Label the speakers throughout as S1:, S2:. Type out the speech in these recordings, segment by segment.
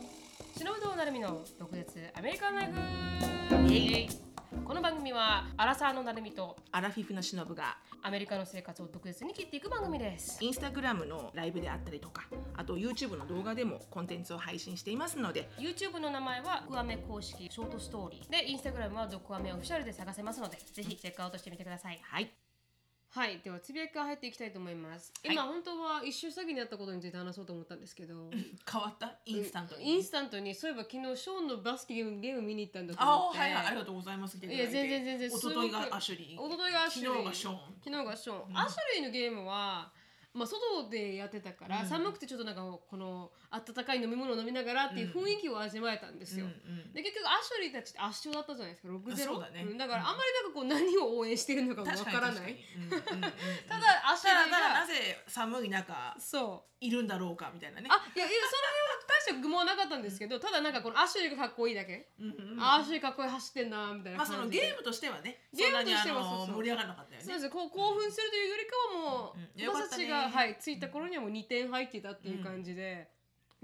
S1: 篠本成美の独舌アメリカンライフこの番組はアラサーの成美と
S2: アラフィフの忍が
S1: アメリカの生活を独舌に切っていく番組です
S2: インスタグラムのライブであったりとかあと YouTube の動画でもコンテンツを配信していますので
S1: YouTube の名前はドクアメ公式ショートストーリーで Instagram はドクアメオフィシャルで探せますのでぜひチェックアウトしてみてください
S2: はい
S1: はいではつぶやきから入っていきたいと思います、
S2: はい
S1: 今本当は一周詐欺にあったことについて話そうと思ったんですけど
S2: 変わったインスタント
S1: イ
S2: に
S1: ンスタントにそういえば昨日ショーンのバスケゲームゲーム見に行ったんだと
S2: あ
S1: 思っ
S2: お
S1: て
S2: はいはいありがとうございますい
S1: いや全然全然
S2: おととい
S1: すご
S2: が
S1: く
S2: アシュリー
S1: 一昨日がアシュリー
S2: 昨日がショーン
S1: 昨日がショーン、アシュリーのゲームは、まあ、外でやってたから、
S2: うん
S1: 寒くてちょっとなんかこの温かい飲み物を飲みながらっていう雰囲気を味わえたんですよ、
S2: うんうん
S1: で結局アシュリーたちって圧勝だったじゃないですか6-0
S2: あそうだね
S1: んだからあんまりなんかこう何を応援してるのかもわ
S2: 確か
S1: からな
S2: に確か
S1: い
S2: にうんうんうんうん
S1: ただアシュリ
S2: ただ
S1: ー
S2: ただな
S1: が
S2: ぜ寒い中
S1: そう
S2: いるんだろうかみたいなね
S1: あいやいやその辺は大した愚問はなかったんですけどただなんかこのアシュリーがかっこいいだけ、
S2: うんうんうん
S1: あアシュリーかっこいい走ってんなみたいな
S2: まあ
S1: 感じ
S2: そ
S1: で、
S2: のゲームとしてはね
S1: ゲームとしてはそう
S2: そんなにあの
S1: そう
S2: 盛り上がらなかったよ
S1: そうで
S2: ね
S1: すこう興奮するというよりかはもう、
S2: うんよか
S1: 私ち
S2: ったたね
S1: が、はい、着いた頃にはもう2点入ってたっていう感じで、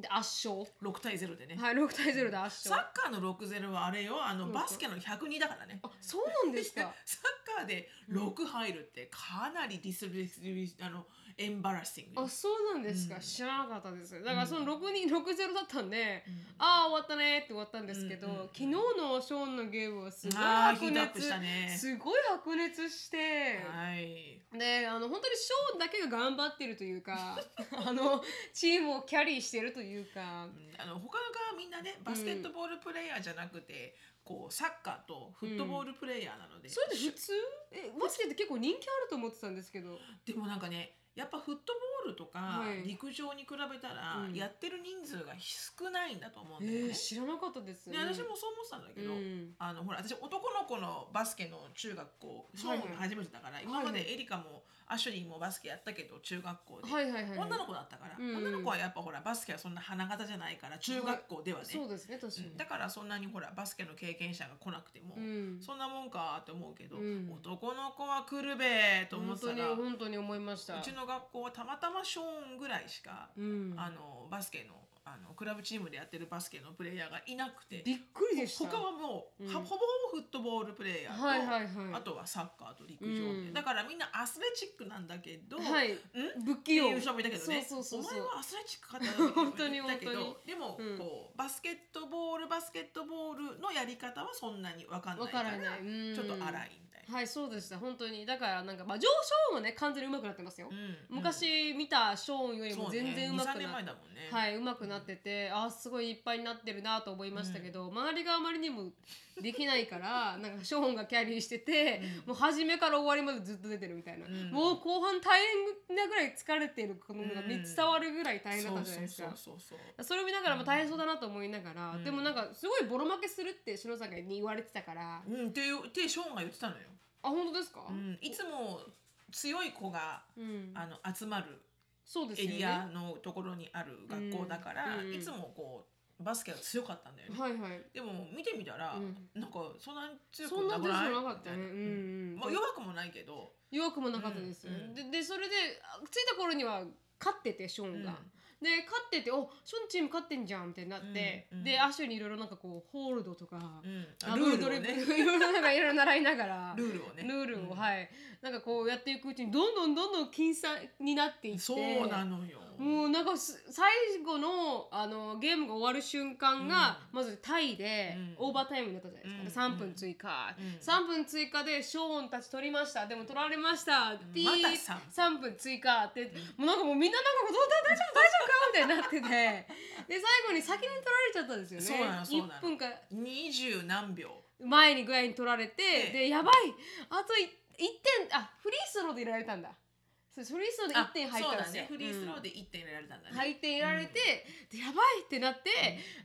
S1: で圧勝、
S2: 6対0でね
S1: はい、6対0で圧
S2: サ
S1: 勝
S2: ッカーの6-0はあれよあの
S1: うん
S2: バスケの102だからね
S1: あそうなんですか
S2: サッカーで6入るってかなりディスビリあのエンバラッシングよ
S1: あそうなんですか、
S2: うん
S1: 知らなかったですだからその6に6 0だったんで、
S2: うん
S1: ああ終わったねって終わったんですけど、
S2: うんうんうん
S1: 昨日のショーンのゲームはすごい
S2: あーヒ
S1: 白
S2: ートアップ
S1: 熱
S2: したね
S1: すごい白熱して、
S2: はい
S1: であの本当にショーンだけが頑張ってるという かあのチームをキャリーしてるというか
S2: う、んあの他がみんなねバスケットボールプレイヤーじゃなくて、こうサッカーとフットボールプレイヤーなので、
S1: それって普通えバスケって結構人気あると思ってたんですけど
S2: でもなんかねやっぱフットボールとか
S1: はい
S2: 陸上に比べたら、
S1: うん
S2: やってる人数が少ないんだと思う
S1: え
S2: んだよね。
S1: ー知らなかったです
S2: ね私もそう思ってたんだけど、
S1: うん
S2: あのほら私男の子のバスケの中学校ショーンが初めてだから、今ま
S1: はいは
S2: でエリカもアシュリーもバスケやったけど中学校で、
S1: はいはいはい
S2: 女の子だったから、
S1: うん
S2: 女の子はやっぱほらバスケはそんな花形じゃないから中学校ではね、
S1: そうですね確かに
S2: だからそんなにほらバスケの経験者が来なくても、
S1: うん
S2: そんなもんかって思うけど、
S1: うん
S2: 男の子は来るべと思
S1: 本
S2: ってた
S1: 当に
S2: らう
S1: 本当に思いました
S2: ちの学校はたまたまショーンぐらいしか、
S1: うん
S2: あのバスケのあのクラブチームでやってるバスケのプレイヤーがいなくて
S1: びっくりでした
S2: 他はもう、
S1: うん
S2: はほぼほぼフットボールプレイヤーと、
S1: はいはいはい
S2: あとはサッカーと陸上で、
S1: うん
S2: だからみんなアスレチックなんだけど、
S1: はい
S2: ん
S1: 不
S2: っ
S1: 器
S2: て
S1: 用
S2: いう人もいたけどね
S1: そうそうそうそう
S2: お前はアスレチックかってなるわけでも
S1: 本当に
S2: だけど
S1: 本
S2: でも、
S1: うん
S2: こうバスケットボールバスケットボールのやり方はそんなに分かんな
S1: わ
S2: いか
S1: かららないうん
S2: ちょっと荒いみたいな。
S1: はいそうでした本当にだからなんかまあ上昇もね完全に上手くなってますよ
S2: うん
S1: 昔見たショーンよりも
S2: そう
S1: 全然上手くなっ
S2: ね、
S1: て
S2: 2 3年前だもんね、
S1: はい、上手くなってて、あーすごいいっぱいになってるなと思いましたけど、周りがあまりにもできないから なんかショーンがキャリーしてて、もう初めから終わりまでずっと出てるみたいな、
S2: うん
S1: もう後半大変なぐらい疲れてるこののが
S2: うん
S1: 伝わるぐらい大変だったじゃないですか。
S2: そうそうそうそう
S1: それを見ながらも大変そうだなと思いながら、
S2: ん
S1: でもなんかすごいボロ負けするって篠さんに言われてたから、あ
S2: うんっていうってショーンが言ってたのよ、
S1: 本当ですか、
S2: うん、いつも強い子が
S1: うん
S2: あの集まる
S1: そうです
S2: エ
S1: よね
S2: リアのところにある学校だから、
S1: うんうん
S2: いつもこうバスケが強かったんだよね、
S1: はいはい
S2: でも見てみたら、
S1: うん
S2: なんかそんなに強
S1: そん
S2: く
S1: な
S2: な
S1: 出
S2: く
S1: て
S2: ない
S1: なかったね、うんうん、
S2: まあ、弱くもないけど、
S1: 弱くもなかったです、
S2: うんうん
S1: ででそれであ着いた頃には勝っててショーンが、
S2: うん
S1: で勝ってて「おショーンチーム勝ってんじゃん」ってなって、
S2: うんうん
S1: でアシュにいろいろなんかこうホールドとか、ダブ
S2: ルール
S1: ド
S2: を
S1: リブ
S2: ね
S1: ル いろいろなんかいろいろ習いながら
S2: ルールをね
S1: ルールを、
S2: うん
S1: はいなんかこうやっていくうちにどんどんどんどん僅差になっていって
S2: そうなのよ
S1: もうなんかす最後のあのゲームが終わる瞬間が、まずタイで
S2: うん
S1: オーバータイムになったじゃないですか、
S2: うん
S1: 3分追加、
S2: うん
S1: 3分追加でショーンたち取りましたでも取られましたピー、
S2: また三
S1: 3分追加って、もうなんかもうみんななんかどうだ大丈夫大丈夫かみたいになってて で最後に先に取られちゃったんですよね
S2: そうなのそうなの
S1: 1分か
S2: 二十何秒
S1: 前にぐらいに取られて、
S2: ええ
S1: でやばいあと1点あフリースローで入れられたんだそうフリースローで1点入ったん
S2: あ
S1: で
S2: そ
S1: す
S2: う
S1: よ
S2: だねフリースローで1点入れられたんだね、
S1: 入っていられて、でやばいってなって、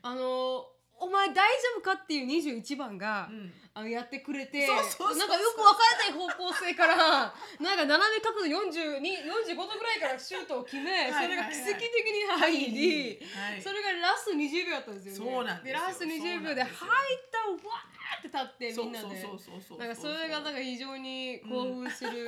S1: あのーお前大丈夫かっていう21番が、
S2: うん
S1: あのやってくれて
S2: そうそうそうそう
S1: なんかよく分からない方向性から なんか斜め角度40に45度ぐらいからシュートを決め
S2: いはい
S1: それが奇跡的に入り、
S2: はい
S1: それがラスト20秒だったんですよね
S2: そうなんですよ
S1: ラスト20秒で入った
S2: そう
S1: わーって立ってみんなで
S2: そうそうそうそうそう
S1: なんかそれがなん
S2: か
S1: か非常に興奮する、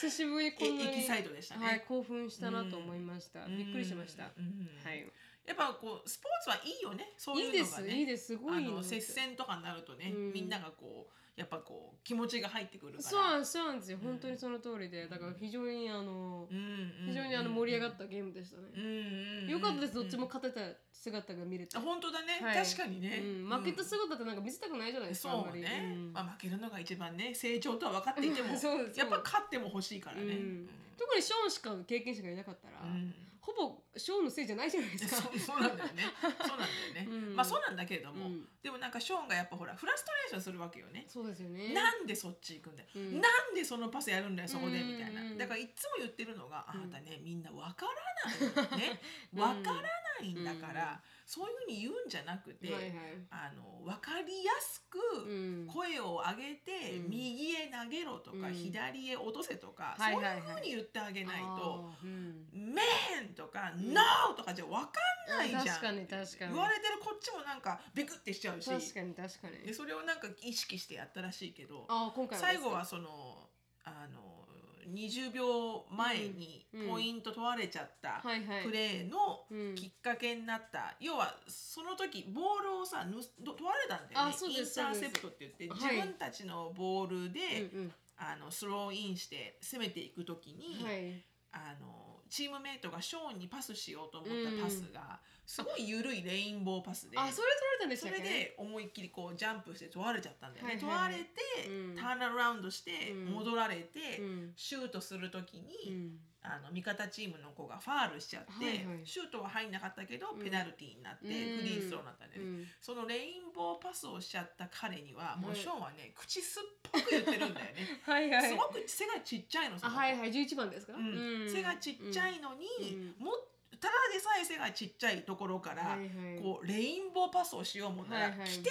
S1: 久しぶりにこんな
S2: エ
S1: に
S2: キサイトでしたね、
S1: はい、興奮したなと思いました。
S2: うん
S1: びっくりしました。は
S2: うん
S1: い。
S2: やっぱこうスポーツはいいよねそう
S1: いい
S2: いう
S1: で
S2: のが
S1: す、
S2: ね
S1: いいです、すごい
S2: あ
S1: の
S2: の接戦とかになるとね、
S1: うん
S2: みんながこうやっぱこう気持ちが入ってくるから
S1: そうなんです、そうなんですよ。
S2: うん
S1: 本当にその通りで、だから非常にあの、
S2: うんうんうん
S1: 非常にあの盛り上がったゲームでした
S2: う
S1: ね。
S2: んうんうん
S1: よかったです、どっちも勝てた姿が見れて
S2: あ。本当だね、
S1: はい
S2: 確かにね、
S1: うん、負けた姿ってなんか見せたくないじゃないですか、あん
S2: そ
S1: ま
S2: う
S1: り。
S2: ね、
S1: うん
S2: まあ、負けるのが一番ね成長とは 分かっていても
S1: そうそう
S2: やっぱ勝っても欲しいからね、
S1: うん特にショーンしか経験者がいなかったら、
S2: うんうん
S1: ほぼショーンのせいじゃないじゃないですか。
S2: そうそうなんだよね。そうなんだよね。
S1: うん
S2: まあそうなんだけれども、
S1: うん
S2: でもなんかショーンがやっぱほらフラストレーションするわけよね。
S1: そうですよね。
S2: なんでそっち行くんだよ、
S1: うん
S2: なんでそのパスやるんだよそこで
S1: うん
S2: みたいな、
S1: うん
S2: だからいつも言ってるのが、
S1: うん
S2: あなたねみんなわからないよね
S1: うん
S2: わからないんだから、
S1: うん
S2: そういうふうに言うんじゃなくて、
S1: はいはい。
S2: あの分かりやすく、
S1: うん
S2: 声を上げて、
S1: うん
S2: 右へ投げろとか、
S1: うん
S2: 左へ落とせとか、
S1: はいはいはい
S2: そういうふうに言ってあげないと
S1: あーうん
S2: 「メン!」とか「
S1: ん
S2: NO!」とかじゃ分かんないじゃん
S1: あ確かに確かに
S2: 言われてるこっちもなんかビクってしちゃうし
S1: 確かに確か
S2: で
S1: に。
S2: それをなんか意識してやったらしいけど
S1: ああ、今回
S2: 最後
S1: で
S2: は
S1: す
S2: そのあの20秒前に
S1: うん
S2: ポイント問われちゃった
S1: か、はいはい。
S2: プレーの
S1: うん
S2: きっかけになった、要はその時ボールをさぬすど問われたんだよ
S1: あ
S2: ね
S1: そう
S2: イ
S1: で
S2: ン
S1: す
S2: ターセプトって言って、
S1: はい
S2: 自分たちのボールで、
S1: うん
S2: あのスローインして攻めていく時
S1: う
S2: に、
S1: ん、はい。
S2: あのチームメイトがショーンにパスしようと思ったパスが、すごい緩いレインボーパスで。
S1: あ、それ取られたんでし
S2: そ
S1: たっけ
S2: れ、で思いっきりこうジャンプして問われちゃったんだよね。
S1: はいはいはい
S2: 問われて、
S1: うん
S2: ターンアラウンドして
S1: うん
S2: 戻られて、
S1: うん
S2: シュートする時
S1: う
S2: に、
S1: ん、
S2: あの味方チームの子がファールしちゃって、
S1: はいはい
S2: シュートは入んなかったけど
S1: うん
S2: ペナルティーになって、
S1: うん
S2: フリースローになったんだ
S1: う
S2: よね。
S1: ん、
S2: そのレインボーパスをしちゃった彼にはも
S1: は
S2: う
S1: い
S2: ショーンはね、口すっぽく言ってるんだよね
S1: はい はい。
S2: すごく背がちっちゃいのそ
S1: あ、
S2: の子
S1: はいはい、十一番ですか。
S2: うん背がちっちゃいのに、もっただでさえ背がちっちゃいところから、
S1: はいはい、
S2: こうレインボーパスをしようもんなら、
S1: はいはい
S2: 起点が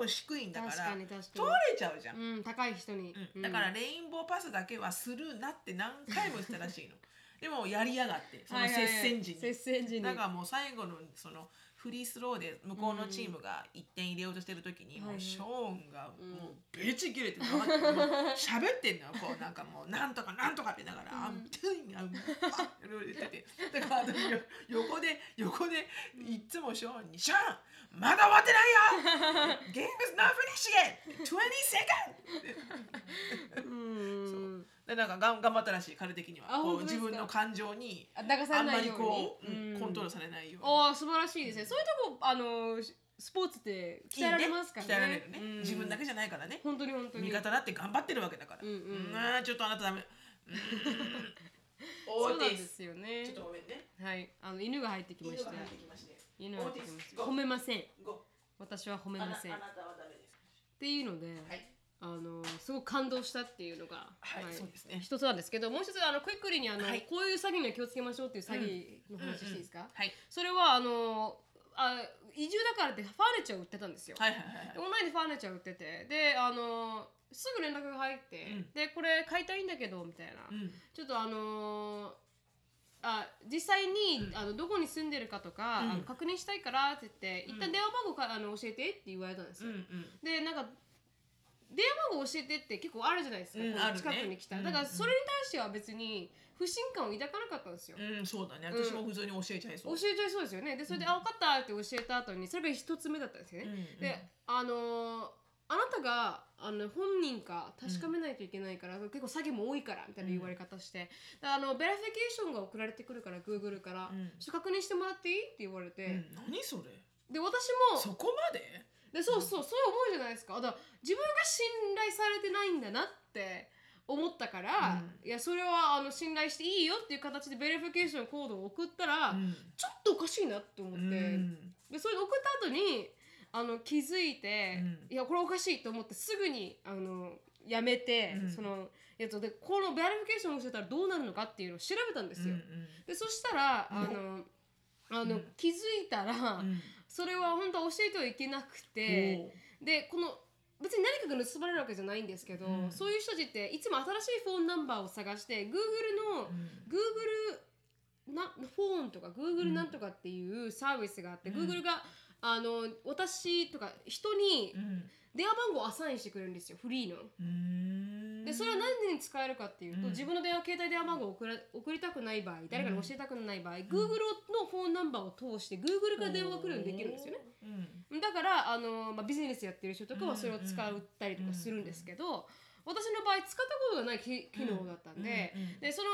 S2: もう低いんだから
S1: 確かに確かに。
S2: 取られちゃうじゃん、
S1: うん、高い人に。
S2: うんだから、レインボーパスだけはスルーなって何回もしたらしいのでもやりやがってその接戦時に、
S1: 接戦時に。
S2: だからもう最後のそのフリースローで向こうのチームが1点入れようとしてる時に、
S1: うん
S2: もうショーンが
S1: うん
S2: もうベチ切れてもう喋ってんのよこうなんかもうなんとかなんとかって言いながら「あ
S1: うん
S2: んてんやんばっ」いろいろ言っててだから私よ横で横でいっつもショーンに「ショーンまだ終わってないよゲームズナフィニッシュゲ !20 セカンド!」
S1: うん、うん、
S2: でなんかがん頑張ったらしい彼的には
S1: あ
S2: こ
S1: 本
S2: う
S1: 当です
S2: 自
S1: か
S2: 分の感情に
S1: あ流
S2: あ
S1: され
S2: んま
S1: ない
S2: り
S1: ように。
S2: こう、うんコントロール
S1: ー
S2: されないように。
S1: ああ、素晴らしいですね。そういうとこ、あの、スポーツって
S2: いい
S1: 鍛えられますからね。
S2: 鍛えられるね、
S1: うん
S2: 自分だけじゃないからね
S1: 本当に本当に。
S2: 味方だって頑張ってるわけだから、
S1: うんうん
S2: ーんちょっとあなたダメうーんオ
S1: そう
S2: ーテ
S1: なん
S2: ィ
S1: で
S2: ス
S1: すよね
S2: ちょっとごめんね
S1: はい、あの犬が入ってきま
S2: 犬
S1: し
S2: が
S1: た。
S2: 入ってきまして
S1: 犬が入ってきました。
S2: オーティス
S1: 褒めません。
S2: ご
S1: 私は褒
S2: あ
S1: め
S2: なあ
S1: ま
S2: なた
S1: せん。っ
S2: はダメです
S1: ていうので、
S2: はい
S1: あのすごく感動したっていうのが、
S2: はい、そうですね
S1: 一つなんですけど、もう一つあのクイックリにあの、
S2: はい
S1: こういう詐欺には気をつけましょうっていう詐欺の話していいですか？
S2: うんうんはい
S1: それはあのあ移住だからってファーネチャーを売ってたんですよ。
S2: はいはいはいはい
S1: オンラインでファーネチャー売っててであのすぐ連絡が入って、
S2: うん
S1: でこれ買いたいんだけどみたいな、
S2: うん
S1: ちょっとあのーあ実際に、あのどこに住んでるかとか、
S2: うん
S1: あの確認したいからって言って、
S2: うん
S1: 一旦電話番号かあの教えてって言われたんです
S2: うん
S1: よ、
S2: うん
S1: でなんか電話番号教えてって結構あるじゃないですか、
S2: うん
S1: こ
S2: ある
S1: 近くに
S2: ね
S1: 来た、
S2: うん
S1: だからそれに対しては別に不信感を抱かなかったんですよ、
S2: うん、そうだね
S1: うん
S2: 私も普通に教えちゃいそう、
S1: 教えちゃいそうですよねでそれで「あ分かった」って教えた後にそれが一つ目だったんですよ
S2: うん
S1: ね、
S2: うん
S1: であのーあなたがあの本人か確かめないといけないから、結構詐欺も多いからみたいな言われ方して、であのベラフィケーションが送られてくるから Google から、
S2: うん
S1: ちょっと確認してもらっていいって言われて、
S2: うん、何それ
S1: で私
S2: そ
S1: も
S2: こまで
S1: でそうそうそう思うじゃないですかあだから自分が信頼されてないんだなって思ったから、
S2: う
S1: いやそれはあの信頼していいよっていう形でベラフィケーションコードを送ったら、
S2: うん
S1: ちょっとおかしいなって思って、
S2: うん
S1: でそれで送った後にあの気づいて、
S2: うん
S1: いやこれおかしいと思ってすぐにあのやめて、
S2: うん
S1: そのやつでこのベラリフィケーションをしてたらどうなるのかっていうのを調べたんですよ。
S2: うんうん
S1: でそしたらあの、あの
S2: うん
S1: 気づいたら、
S2: うん
S1: それは本当は教えてはいけなくて、でこの別に何かが盗まれるわけじゃないんですけど、
S2: うん
S1: そういう人たちっていつも新しいフォンナンバーを探して Google の、
S2: おーうん、
S1: Google なフォーンとか
S2: う
S1: Google
S2: ん
S1: なんとかっていうサービスがあって、
S2: うん
S1: Google があの私とか人に
S2: うん
S1: 電話番号をアサインしてくれるんですよフリーの。
S2: うーん
S1: でそれは何に使えるかっていうと、
S2: うん
S1: 自分の電話携帯電話番号を送ら送りたくない場合誰かに教えたくない場合、Google のフォンナンバーを通して Google から電話が来るようにできるんですよね。
S2: うん
S1: だからあの、まあ、ビジネスやってる人とかはそれを使ったりとかするんですけど、私の場合使ったことがない機機能だったんで,、
S2: うんうん
S1: でその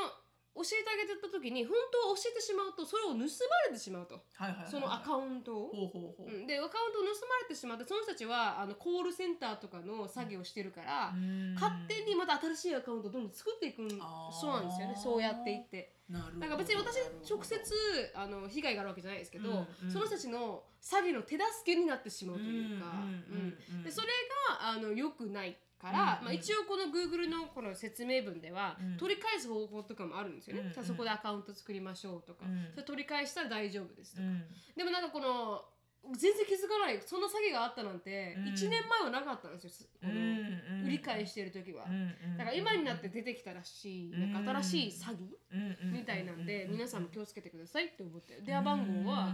S1: 教えてあげてた時に本当を教えてしまうとそれを盗まれてしまうと
S2: はいはいはいはい
S1: そのアカウントを。
S2: ほうほうほう
S1: うんでアカウントを盗まれてしまってその人たちはあのコールセンターとかの作業をしてるから、
S2: うん
S1: 勝手にまた新しいアカウントをどんどん作っていくんそう
S2: あ
S1: な
S2: ー
S1: んですよねそうやっていって
S2: なるほど
S1: だから別に私
S2: なるほど
S1: 直接あの被害があるわけじゃないですけど、
S2: うんうん
S1: その人たちの詐欺の手助けになってしまうというか、
S2: うんうんうんうん
S1: でそれがあの良くないから、
S2: うん
S1: まあ、一応この Google のこの説明文では、
S2: うん
S1: 取り返す方法とかもあるんですよね、
S2: うんうん
S1: そこでアカウント作りましょうとか、
S2: うん
S1: それ取り返したら大丈夫ですとか
S2: う。ん
S1: でもなんかこの全然気づかないそんな詐欺があったなんて
S2: うん
S1: 1年前はなかったんですよ、すこの
S2: うんうん
S1: 売り買いしてる時は、
S2: うんうん
S1: だから今になって出てきたらしい、なんか新しい詐欺
S2: うんうん
S1: みたいなんで、皆さんも気をつけてくださいって思って
S2: うん
S1: 電話番号は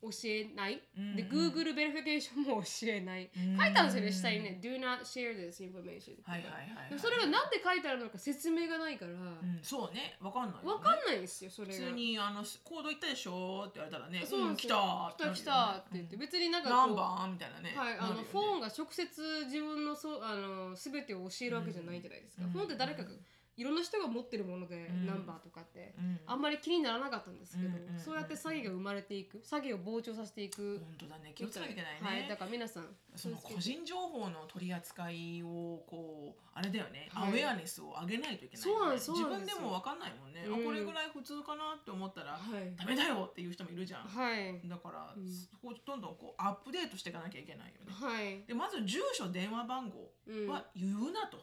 S1: 教えない、
S2: うん
S1: で Google ベリフィケーションも教えない、
S2: うん
S1: 書いたんですよね下にね「Do not share this information」
S2: はいはい
S1: で
S2: はいは
S1: も
S2: い
S1: それがなんで書いてあるのか説明がないから、
S2: うんそうねわかんないよね
S1: わかんないんですよそれ
S2: 普
S1: が
S2: 通にあのコード行ったでしょって言われたらね
S1: そうなん
S2: ん
S1: で
S2: 来
S1: す
S2: た
S1: よ来
S2: ー
S1: た来たって言って、
S2: うん
S1: 別になんかこう
S2: 何番みたいなね
S1: はい、あの、
S2: なるよね
S1: フォンが直接自分のそうあの全てを教えるわけじゃないじゃないですか、
S2: うん
S1: フォンって誰かがいろんな人が持ってるもので、
S2: ん
S1: ナンバーとかって
S2: うん
S1: あんまり気にならなかったんですけど、
S2: うん
S1: そうやって詐欺が生まれていく詐欺を膨張させていく、
S2: 本当だね気をつけなきゃいけないね、
S1: はいだから皆さん
S2: その
S1: 気をつけて
S2: 個人情報の取り扱いをこうあれだよね、
S1: はい
S2: アウェアネスを上げないといけない
S1: そう
S2: よ
S1: なん
S2: ね、
S1: ですそうなんです
S2: 自分でもわかんないもんね、
S1: うん
S2: あこれぐらい普通かなって思ったら、
S1: はい
S2: ダメだよっていう人もいるじゃん、
S1: はい
S2: だから、
S1: うん
S2: そこをどんどんこうアップデートしていかなきゃいけないよね
S1: はい
S2: でまず住所電話番号
S1: うん
S2: は言うなと、
S1: はい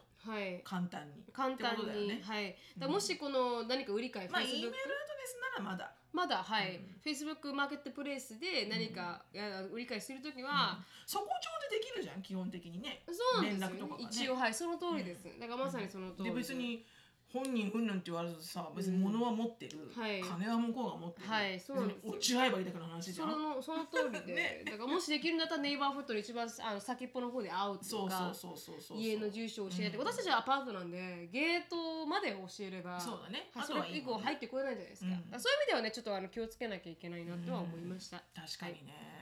S2: 簡単に
S1: 簡単
S2: ってことだ
S1: に、
S2: よね
S1: はいだからもしこの何か売り買い、
S2: まあ
S1: Facebook
S2: E メールアドレスならまだ
S1: まだはい、
S2: うん
S1: Facebook マーケットプレイスで何か、いや売り買いするときは、
S2: そこ上でできるじゃん基本的にね
S1: そうなんですよ、ね
S2: 連絡とかがね
S1: 一応はいその通りです、だからまさにその通り
S2: で別に本人うんぬんって言われるとさ別に物は持ってる、
S1: はい
S2: 金は向こうが持ってる、
S1: はいそうなんですよ
S2: 落ち合えばいいだけの話じ
S1: そ
S2: ゃん
S1: のその通りで、
S2: ね
S1: だからもしできるんだったらネイバーフットで一番あの先っぽの方で会うと
S2: そうそ
S1: か
S2: うそうそうそう
S1: 家の住所を教えて、
S2: うん
S1: 私たちはアパートなんでゲートまで教えれば
S2: そうだね
S1: はい
S2: あ
S1: そ
S2: と
S1: れ
S2: はいい
S1: 以降入ってこれないじゃないですか,、
S2: うん
S1: そういう意味ではねちょっとあの気をつけなきゃいけないなとは思いました、
S2: 確かにね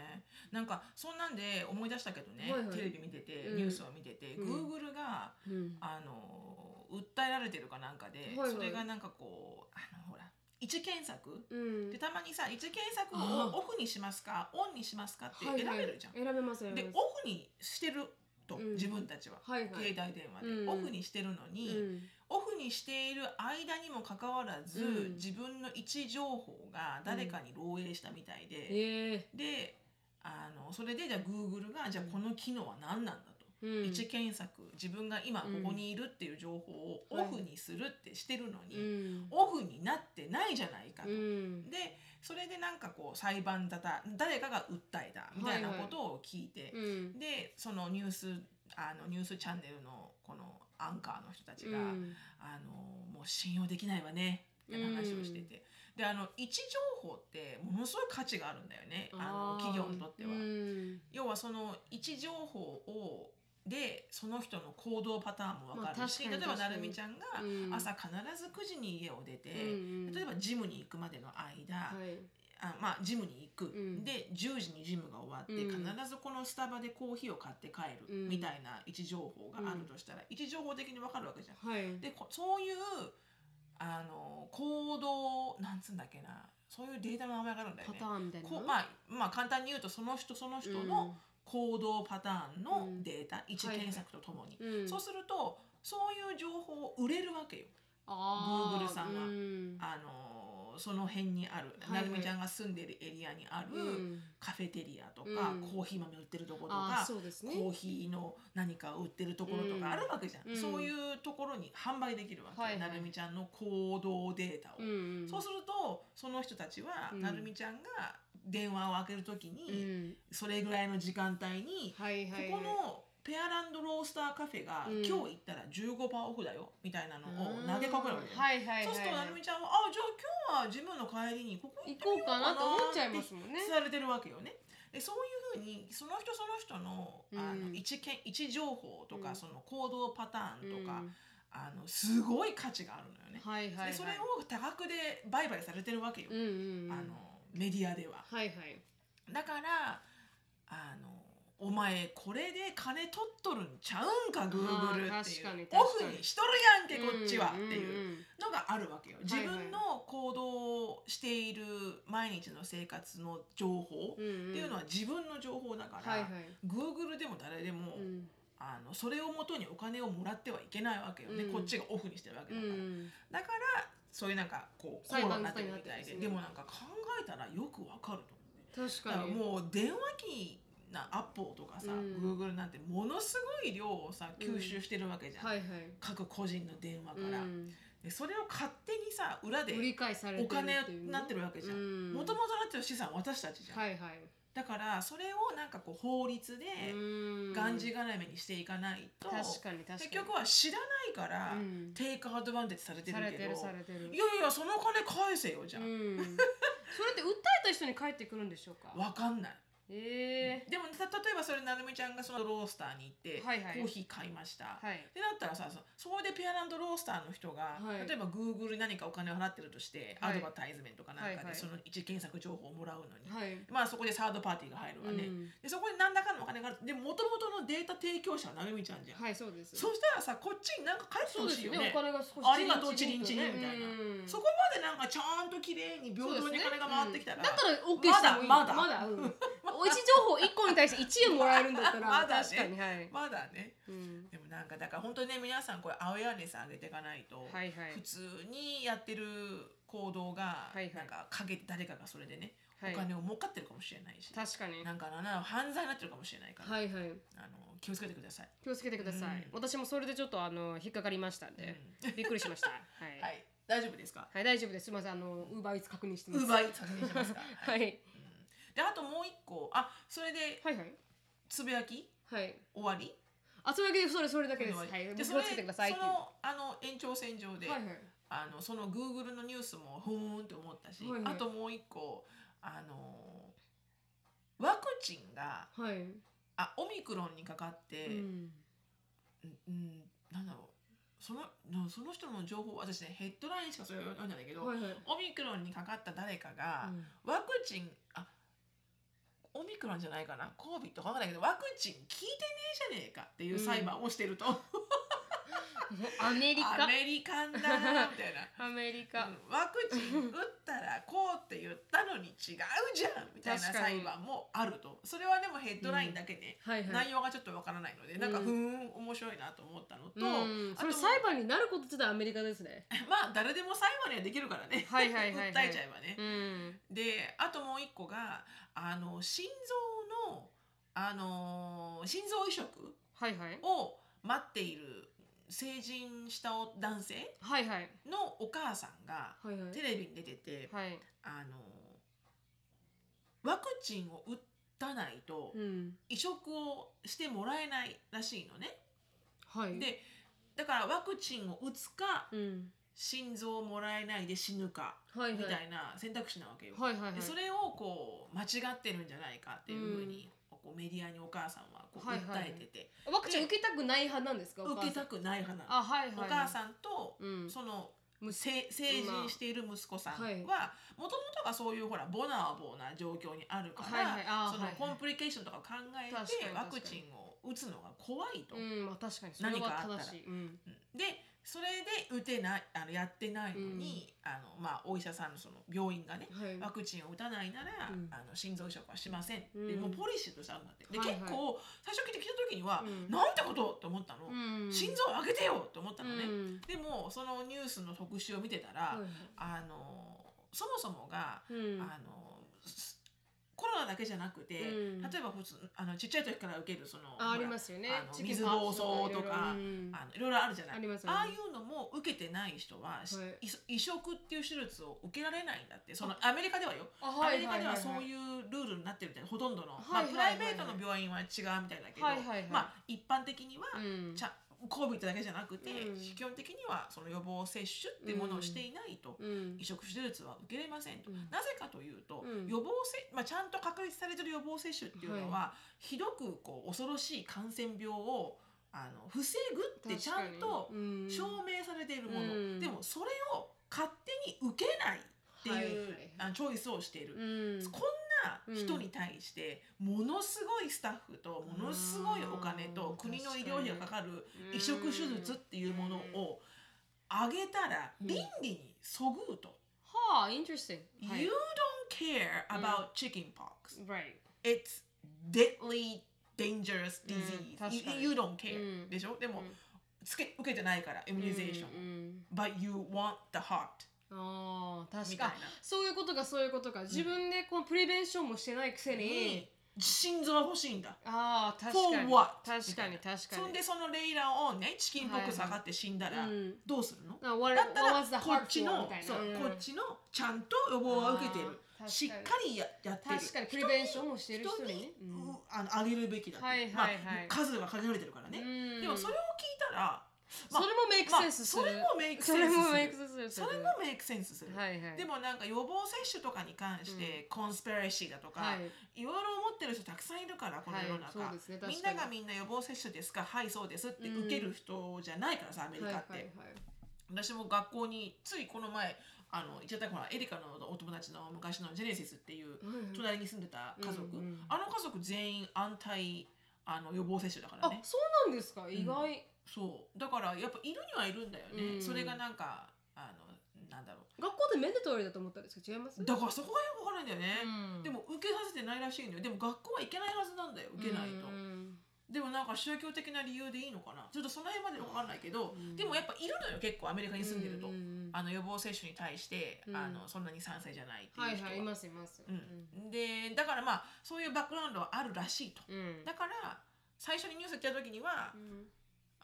S2: なんかそんなんで思い出したけどね、
S1: はいはい
S2: テレビ見てて、
S1: うん
S2: ニュースを見てて、
S1: うん
S2: Google が
S1: うん
S2: あの訴えられてるかなんかで、
S1: はいはい
S2: それがなんかこうあのほら一検索
S1: うん
S2: でたまにさ一検索
S1: あ
S2: をオフにしますかオンにしますかって選べるじゃん。
S1: はいはい、選べます選べ
S2: で
S1: ます
S2: オフにしてると、
S1: うん
S2: 自分たちは、
S1: はいはい
S2: 携帯電話で、
S1: うん
S2: オフにしてるのに、
S1: うん
S2: オフにしている間にもかかわらず、
S1: うん
S2: 自分の位置情報が誰かに漏洩したみたいで、
S1: え
S2: であのそれでじゃあ Google がじゃあこの機能は何なんだと。
S1: えうん
S2: 位置検索自分が今ここにいるっていう情報を
S1: うん
S2: オフにするってしてるのに、
S1: うん
S2: オフになってないじゃないかと。
S1: うん
S2: でそれでなんかこう裁判沙汰誰かが訴えたみたいなことを聞いて、
S1: うん
S2: でそのニュースあのニュースチャンネルのこのアンカーの人たちが、
S1: うん
S2: あのもう信用できないわねみたいな話をしてて、であの位置情報ってものすごい価値があるんだよね
S1: ー
S2: あの企業にとっては。
S1: うん
S2: 要はその位置情報をでその人の行動パターンも分か
S1: まあ
S2: るし、
S1: 確かに
S2: 例えば
S1: 確か
S2: な
S1: に
S2: るみちゃんが
S1: うん
S2: 朝必ず9時に家を出て、
S1: うんうん
S2: 例えばジムに行くまでの間、
S1: はい
S2: あまあ、ジムに行く、
S1: うん
S2: で10時にジムが終わって、
S1: うん
S2: 必ずこのスタバでコーヒーを買って帰
S1: うん
S2: る、みたいな位置情報があるとしたら、位置情報的に分かるわけじゃん。
S1: はい
S2: でこそういうあの行動なんつうんだっけなそういうデータの名前があるんだよ
S1: パ
S2: ね
S1: タ。ーンみたいな
S2: こうまあ、まあ簡単に言うとその人その人の行動パターンのデータ、位置検索とともに、
S1: うん、
S2: そうするとそういう情報を売れるわけよ、
S1: あー
S2: Google さんが
S1: うん
S2: あのーその辺にある、
S1: はいはい
S2: なるみちゃんが住んでるエリアにある、
S1: うん
S2: カフェテリアとか、
S1: うん
S2: コーヒー豆売ってるところと
S1: あー
S2: か、
S1: そうですね
S2: コーヒーの何かを売ってるところと
S1: うん
S2: かあるわけじゃん、
S1: うん
S2: そういうところに販売できるわけ、
S1: はいはい
S2: なるみちゃんの行動データを。
S1: うんうん、
S2: そうするとその人たちは、
S1: うん
S2: なるみちゃんが電話を開けるときに、
S1: うん
S2: それぐらいの時間帯に、
S1: はいはいはい、
S2: ここのペアランドロースターカフェが、
S1: うん
S2: 今日行ったら15%オフだよみたいなのを投げかけるわけよ、
S1: はいはいはい、
S2: そうするとなるみちゃんは「あじゃあ今日はジムの帰りにここ行っ
S1: 行こう
S2: てみよう
S1: か
S2: かな」
S1: なと思っちゃいますもんね。
S2: されてるわけよね。でそういうふうにその人その人のあの、
S1: うん
S2: 位置けん位置情報とか、
S1: うん
S2: その行動パターンとか、
S1: うん
S2: あのすごい価値があるのよね。
S1: はいはいはい
S2: でそれを多額で売買されてるわけよ、
S1: うんうんうん
S2: あのメディアでは。
S1: はいはい
S2: だからあのお前これで金取っとるんちゃうんかグーグル
S1: あー
S2: っていう
S1: 確かに確かに
S2: オフにしとるやんけこっちはっていう。
S1: んんん
S2: のがあるわけよ
S1: はい
S2: 自
S1: はい
S2: 分の行動をしている毎日の生活の情報
S1: うんうん
S2: っていうのは自分の情報だから、
S1: はいはい
S2: Google でも誰でも、
S1: うん
S2: あのそれをもとにお金をもらってはいけないわけよね、
S1: うん
S2: こっちがオフにしてるわけ
S1: う
S2: だから、
S1: ん
S2: だからそういうなんかこう口
S1: 裁
S2: 論
S1: 判
S2: になってるみ
S1: 裁
S2: た
S1: 判になってるんで
S2: いです
S1: ね
S2: で,、もなんか考えたらよくわかると思うね
S1: 確
S2: だか
S1: からに
S2: もう電話機なアップルとかさ、
S1: うん
S2: Google なんてものすごい量をさ吸収してるわけじゃん、
S1: はいはい
S2: 各個人の電話か
S1: う
S2: ら、
S1: ん
S2: でそれを勝手にさ裏で
S1: 売り買いされてるっ
S2: お
S1: ていうね
S2: 金になってるわけじゃん。もともとなってる資産は私たちじゃん、
S1: はいはい
S2: だからそれをなんかこう法律で
S1: うん
S2: がんじがらめにしていかないと、
S1: 確かに確かに
S2: 結局は知らないから、
S1: うん
S2: テイクアドバンテージされてる
S1: され
S2: け
S1: て
S2: ど
S1: るされてる
S2: いやいやその金返せよじゃ、
S1: うんんそれって訴えた人に返ってくるんでしょうか
S2: わかんない
S1: ええ
S2: でもた例えばそれなるみちゃんがそのロースターに行って、
S1: はいはい
S2: コーヒー買いました、
S1: はい
S2: でだったらさそそこでペアランドロースターの人が、
S1: はい
S2: 例えば Google に何かお金を払ってるとして、
S1: はい
S2: アドバタイズメントかなん
S1: はい
S2: か
S1: は
S2: で
S1: い
S2: その一検索情報をもらうのに、
S1: はい
S2: まあそこでサードパーティーが入るわね、
S1: うん
S2: でそこに何らかのお金があるでもともとのデータ提供者はなるみちゃんじゃん、
S1: はいそうです
S2: そしたらさこっちに何か返して
S1: そう
S2: ほ
S1: です
S2: しいよ
S1: よ
S2: ね
S1: ねお金が少し
S2: ありがとうチリンチリンみ
S1: ね
S2: たいな、
S1: うん
S2: そこまでなんかちゃんと綺麗に平等に金が回ってきたら、
S1: そうですねうんだから OK してもいい
S2: まだま
S1: ま
S2: だ
S1: だうんおいしい情報1個に対して1円もらえるんだったら
S2: まだね
S1: 確かにはい、
S2: まだね
S1: うん、
S2: でもなんかだから本当にね皆さんこれアウェアネス上げていかないと、
S1: はいはい
S2: 普通にやってる行動が、
S1: はいはい
S2: なんか陰で誰かがそれでね、
S1: はい
S2: お金を儲かってるかもしれないし
S1: 確かに
S2: なんかなんなら犯罪になってるかもしれないから、
S1: はいはい
S2: あの気をつけてください。
S1: 気をつけてください、
S2: うん
S1: 私もそれでちょっとあの引っかかりましたんで、びっくりし ましたはい、
S2: は
S1: はい
S2: い、大丈夫ですか
S1: 大丈夫ですすみませんあのウーバーイーツ確認して
S2: ウ
S1: ます
S2: ーバーイーツ確認しますか、
S1: はいはい
S2: であともう一個あそれで
S1: はいはい
S2: つぶやき
S1: はい
S2: 終わり
S1: あそれだけでそれそれだけですは
S2: 終
S1: い
S2: わり
S1: もう
S2: で
S1: 気
S2: それ
S1: を
S2: そ
S1: つけてくだ
S2: の
S1: さいっていうは
S2: あの延長線上で、
S1: いはい
S2: あのその Google のニュースもふーんって思ったし、
S1: はいはい
S2: あともう一個あのワクチンが
S1: はい、
S2: あオミクロンにかかって、
S1: うん
S2: うんうんなんだろうそのなその人の情報私ねヘッドラインしかそれ読んだんだけど、
S1: はいはい
S2: オミクロンにかかった誰かが、
S1: うん
S2: ワクチンあオミクロンじゃないかな COVID とかわかんないけどワクチン効いてねえじゃねえかっていう裁判をしてると、
S1: アメリカ
S2: アメリカンだなみたいな。
S1: アメリカ、
S2: うんワクチン打ったらこうって言ったのに違うじゃんみたいな
S1: 確か
S2: 裁
S1: に
S2: 判もあるとそれはでもヘッドラインだけね、
S1: はいはい
S2: 内容がちょっとわからないのでなんか
S1: うん
S2: ふーん面白いなと思ったのと、
S1: うん、
S2: あ
S1: そ
S2: と
S1: れ裁判になること自体アメリカですね。
S2: まあ誰でも裁判にはできるからね
S1: はいはいはいはい
S2: 訴えちゃえばね。
S1: うん、
S2: であともう一個があの心臓の、あのー心臓移植
S1: はいはい。
S2: を待っている成人した男性
S1: はいはい。
S2: のお母さんが
S1: はいはい。
S2: テレビに出てて、
S1: はい。
S2: あのワクチンを打たないと
S1: うん。
S2: 移植をしてもらえないらしいのね。
S1: はい。、
S2: でだからワクチンを打つか
S1: うん。
S2: 心臓をもらえないで死ぬか
S1: はいはい。
S2: みたいな選択肢なわけよ。
S1: はいはいは
S2: で
S1: い。
S2: それをこう間違ってるんじゃないかっていうふうに、こうメディアにお母さんはこう
S1: はいはい
S2: 訴えてて、
S1: ワクチン受けたくない派なんですか。お母
S2: 受
S1: さん
S2: けたくない派なの。
S1: あ、はいはい。
S2: お母さんと、
S1: うん
S2: その
S1: む
S2: せ成人している息子さ
S1: ま
S2: ん
S1: あ
S2: は
S1: はい
S2: もともとがそういうほらボナーボーな状況にあるから、
S1: はいはいあー
S2: その
S1: はいはい
S2: コンプリケーションとかを考え
S1: 確かに
S2: て
S1: 確か
S2: ワ
S1: に
S2: クチンを打つのが怖いと。
S1: うん、まあ、確かに。それ
S2: 何か
S1: は
S2: あったら
S1: 正しい。うん。
S2: でそれで打てないあのやってないのに、あのまあ、お医者さんのその病院がね
S1: はい。
S2: ワクチンを打たないなら、
S1: うん
S2: あの心臓移植はしません、
S1: うん
S2: でもうポリシーとしてあるんだってで、
S1: はいはい
S2: 結構最初来て来た時には、
S1: うん
S2: なんてことと思った
S1: う
S2: の、
S1: ん。
S2: 心臓を上げてよと思ったのね、
S1: うん
S2: でもそのニュースの特集を見てた
S1: は
S2: ら、
S1: いはい
S2: あのそもそもが、
S1: うん。
S2: あのすコロナだけじゃなくて、
S1: うん
S2: 例えば普通あのちっちゃい時から受けるその
S1: あ、あ
S2: ほら
S1: りますよね
S2: あの。
S1: チキン
S2: 水疱瘡と
S1: パ
S2: か
S1: ンツ
S2: あのいろいろあるじゃない
S1: ありますよね
S2: ああいうのも受けてない人は、し
S1: はい
S2: いそ移植っていう手術を受けられないんだってそのアメリカではよ、
S1: あはいはい
S2: アメリカでははいそういうルールになってるみたいなほとんどの、
S1: はいはい
S2: ま
S1: は
S2: あ、
S1: い
S2: プライベートの病院は違うみたいだけど、
S1: はいはいはい
S2: まあ、一般的には、
S1: いろいろうんうん
S2: ちゃ COVID だけじゃなくて、
S1: うん
S2: 基本的にはその予防接種っていうものをしていないと。
S1: うん
S2: 移植手術は受けれませんと、
S1: うん
S2: なぜかというと、
S1: うん
S2: 予防せ、まあ、ちゃんと確立されてる予防接種っていうのは、ひどくこう恐ろしい感染病をあの防ぐってちゃんと証明されているもの、
S1: うん
S2: でもそれを勝手に受けないっていう、あのチョイスをしている、
S1: うん
S2: こんな人に対してものすごいスタッフとものすごいお金と
S1: うん
S2: 国の医療費がかかる移植手術っていうもの
S1: うん
S2: をあげたら
S1: うん
S2: 倫理にそぐうと。
S1: はあ interesting
S2: You don't care about chickenpox.
S1: right
S2: It's deadly dangerous disease.
S1: うん確かに
S2: you, you don't care.、
S1: うん
S2: でしょでも、
S1: うん
S2: つけ受けてないから、イムニゼーション。
S1: ン
S2: But you want the heart.
S1: ああ
S2: み
S1: 確
S2: たい
S1: か
S2: な。
S1: そういうことかそういうことか自分でこのプリベンションもしてないくせに
S2: に心臓は欲しいんだ。
S1: ああ確
S2: For
S1: かに
S2: what?
S1: 確かに
S2: みたいな
S1: 確かに
S2: そんでそのレイラをね、チキンポックス上がって死んだら、
S1: うん
S2: どうするの
S1: あ what-
S2: だった
S1: what was the
S2: ら
S1: heart
S2: こっち
S1: for?
S2: の
S1: みたいな
S2: そう、
S1: うん
S2: こっちのちゃんと予防は受けて
S1: あー
S2: る
S1: 確かに
S2: しっかりややってる
S1: 確かにプリベンションもしてる人
S2: 人
S1: に
S2: に
S1: ね、うん
S2: あのあげるべきだと、
S1: はいはいはい
S2: まあ、数が限られてるからね、
S1: うん
S2: でもそれを聞いたら、
S1: それもメイク
S2: ま
S1: セ
S2: あ、
S1: ンスす
S2: そ
S1: る
S2: れもメイク
S1: そ
S2: セン
S1: れ
S2: スする
S1: もメイクセンスする
S2: それもメイクセンスする、
S1: はいはい
S2: でもなんか予防接種とかに関して、コンスピラシーだとか、
S1: はい
S2: い、ろいろ思ってる人たくさんいるからこの世の中、
S1: はいそうですね確かに
S2: みんながみんな予防接種ですかはいそうですって
S1: うん
S2: 受ける人じゃないからさアメリカって、
S1: はいはい
S2: 私も学校についこの前あの言っちゃったほらエリカのお友達の昔のジェネシスってい
S1: は
S2: う
S1: いはい
S2: 隣に住んでた家族、
S1: うんうん
S2: あの家族全員安泰あの予防接種だから
S1: あ
S2: ね
S1: そうなんですか意外、
S2: そうだからやっぱいるにはいるんだよ
S1: う
S2: ね、
S1: ん
S2: それがなんかあのなんだろ
S1: 学校でメンデトリーだと思ったんですけど違います
S2: うだからそこがよくわからないんだよね、
S1: うん
S2: でも受けさせてないらしいんだよでも学校は行けないはずなんだよ受けない
S1: う
S2: と、
S1: ん
S2: でもなんか宗教的な理由でいいのかなちょっとその辺までわかんないけど、
S1: うん
S2: でもやっぱいるのよ結構アメリカに住んでると、
S1: うんうん
S2: あの予防接種に対して、
S1: うん
S2: あのそんなに賛成じゃないって
S1: はいいう
S2: 人は、
S1: はいいますいます
S2: うん、でだからまあそういうバックグラウンドはあるらしいと
S1: うん、うん
S2: だから最初にニュースやった時には、
S1: うん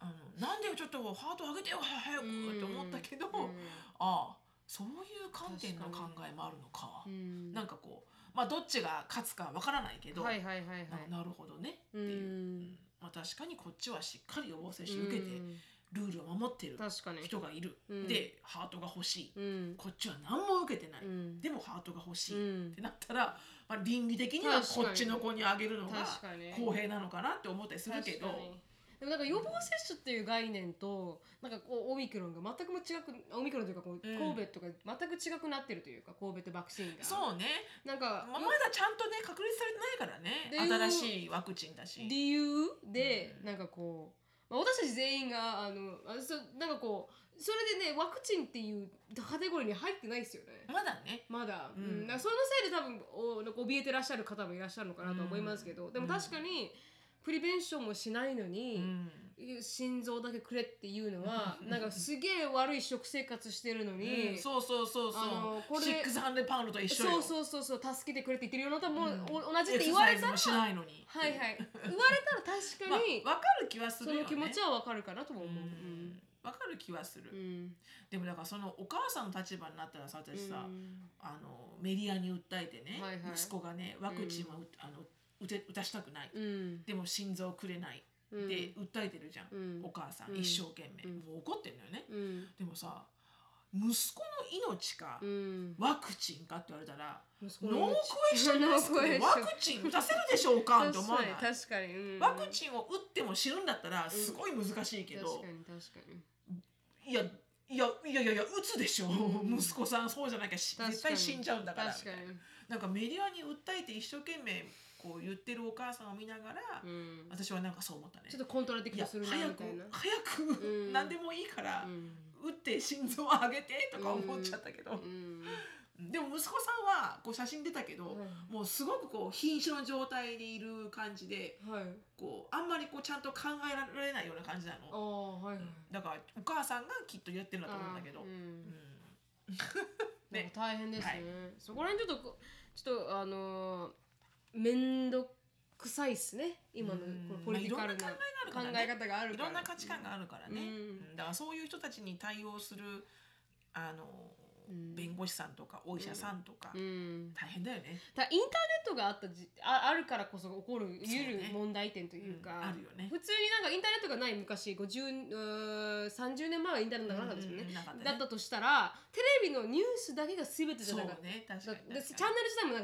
S2: あのなんでよちょっとハート上げてよ早くって思ったけど、
S1: う
S2: ああそういう観点の考えもあるのか、
S1: んうん
S2: なんかこうまあどっちが勝つかわからないけど、
S1: はいはいはいはい
S2: ななるほどねって
S1: う
S2: いう、うんんまあ、確かにこっちはしっかり予防接種受けて
S1: うん
S2: ルールを守ってる
S1: 確かに
S2: 人がいる、
S1: うん
S2: でハートが欲しい、
S1: うん
S2: こっちは何も受けてない、
S1: うん
S2: でもハートが欲し
S1: う
S2: い、
S1: ん
S2: ってなったら、まあ、倫理的には
S1: 確かに
S2: こっちの子にあげるのが
S1: 確かに
S2: 公平なのかなって思ったりするけど
S1: 確かにでもなんか予防接種っていう概念となんかこうオミクロンが全くも違くオミクロンというかこう
S2: うん
S1: 神戸とか全く違くなってるというか神戸ってバクチンが
S2: そうね、
S1: なんか
S2: まあ、まだちゃんとね確立されてないから
S1: で
S2: ね新しいワクチンだし。
S1: 理由で
S2: うん
S1: なんかこう、まあ、私たち全員があのあそなんかこうそれでねワクチンっていうカテゴリーに入ってないですよね
S2: まだね。
S1: まだ、う
S2: うんん
S1: だからそのせいで多分おなんか怯えてらっしゃる方もいらっしゃるのかなとは思いますけど、
S2: うん
S1: でも確かにプリベンションもしないの
S2: う
S1: に、
S2: ん。
S1: 心臓だけくれっていうのはなんかすげえ悪い食生活してるのに、
S2: うんそうそうそう
S1: あの
S2: そ
S1: こ
S2: う。
S1: れ
S2: シックスハンデパウンドと一緒よ。
S1: そうそうそうそう助けてくれって言ってるようなとも、う
S2: うん
S1: お同じって言われたら
S2: エクササイズもしないのに。
S1: はいはい言われたら確 か
S2: まあ
S1: に、
S2: わかる気は
S1: そ
S2: するよ
S1: の
S2: ね。
S1: 気持ち
S2: は。
S1: はわかるかなとも
S2: う
S1: 思う。
S2: ん。わかる気はす
S1: う
S2: る。
S1: ん
S2: でもだからそのお母さんの立場になったらさ私さ
S1: う、ん
S2: あのメディアに訴えてね
S1: はいはい、
S2: 息子がねワクチンはうあの打て打たしたくない。
S1: うん
S2: でも心臓くれな
S1: う
S2: い。
S1: ん
S2: で訴えてるじゃん
S1: うん。
S2: お母さ
S1: うんん
S2: 一生懸命
S1: うん
S2: もう怒ってんのよね。
S1: うん
S2: でもさ、息子の命か
S1: うん
S2: ワクチンかって言われたら。
S1: 息子の
S2: ノークエスチ ョンアスクでワクチン打たせるでしょうかって思わない
S1: 確かに確かに、うん
S2: ワクチンを打っても死ぬんだったらすごい難しいけど
S1: 確かに確かに
S2: いやいやいやいやいや打つでしょ、
S1: うん
S2: 息子さんそうじゃなきゃし
S1: 確かに
S2: 絶対死んじゃうんだから
S1: 確かに
S2: なんかメディアに訴えて一生懸命こう言ってるお母さんを見ながら、
S1: うん
S2: 私はなんかそう思ったね
S1: ちょっとコントラディ
S2: い
S1: ク
S2: や
S1: トす
S2: 早
S1: る
S2: く
S1: なみたいな
S2: 早く、
S1: うん
S2: 何でもいいから、
S1: うん
S2: 打って心臓を上げてとか思っちゃったけど、
S1: うん
S2: でも息子さんはこう写真出たけど、
S1: はい
S2: もうすごくこう瀕死の状態でいる感じで
S1: はい
S2: こうあんまりこうちゃんと考えられないような感じな
S1: あ
S2: の
S1: あはいはい
S2: だからお母さんがきっとやってるんだと思うんだけど、
S1: あー
S2: うん
S1: ん
S2: ね
S1: なんか大変ですね、
S2: はい
S1: そこら辺ちょっとこちょっとあのー、めんどくさいっすね今の
S2: うん
S1: このポリティカルな
S2: まあい
S1: 考
S2: ろんな考
S1: え
S2: え
S1: 方がある
S2: い
S1: から
S2: ろんな価値観があるからね、
S1: うん
S2: うんだからそういう人たちに対応するあの
S1: うん
S2: 弁護士さんとかお医者さんとか、
S1: うん、
S2: 大変だよね、
S1: だからインターネットがあったじああるからこそ起こるゆる
S2: そうね
S1: 問題点と
S2: う
S1: いうんか、
S2: あるよね
S1: 普通になんかインターネットがない昔50うー30年前はインターネットがなかったですよね、
S2: うんなかったね
S1: だったとしたらテレビのニュースだけが全てじ
S2: そ
S1: ゃ
S2: う
S1: なかった。
S2: ね確
S1: だ
S2: か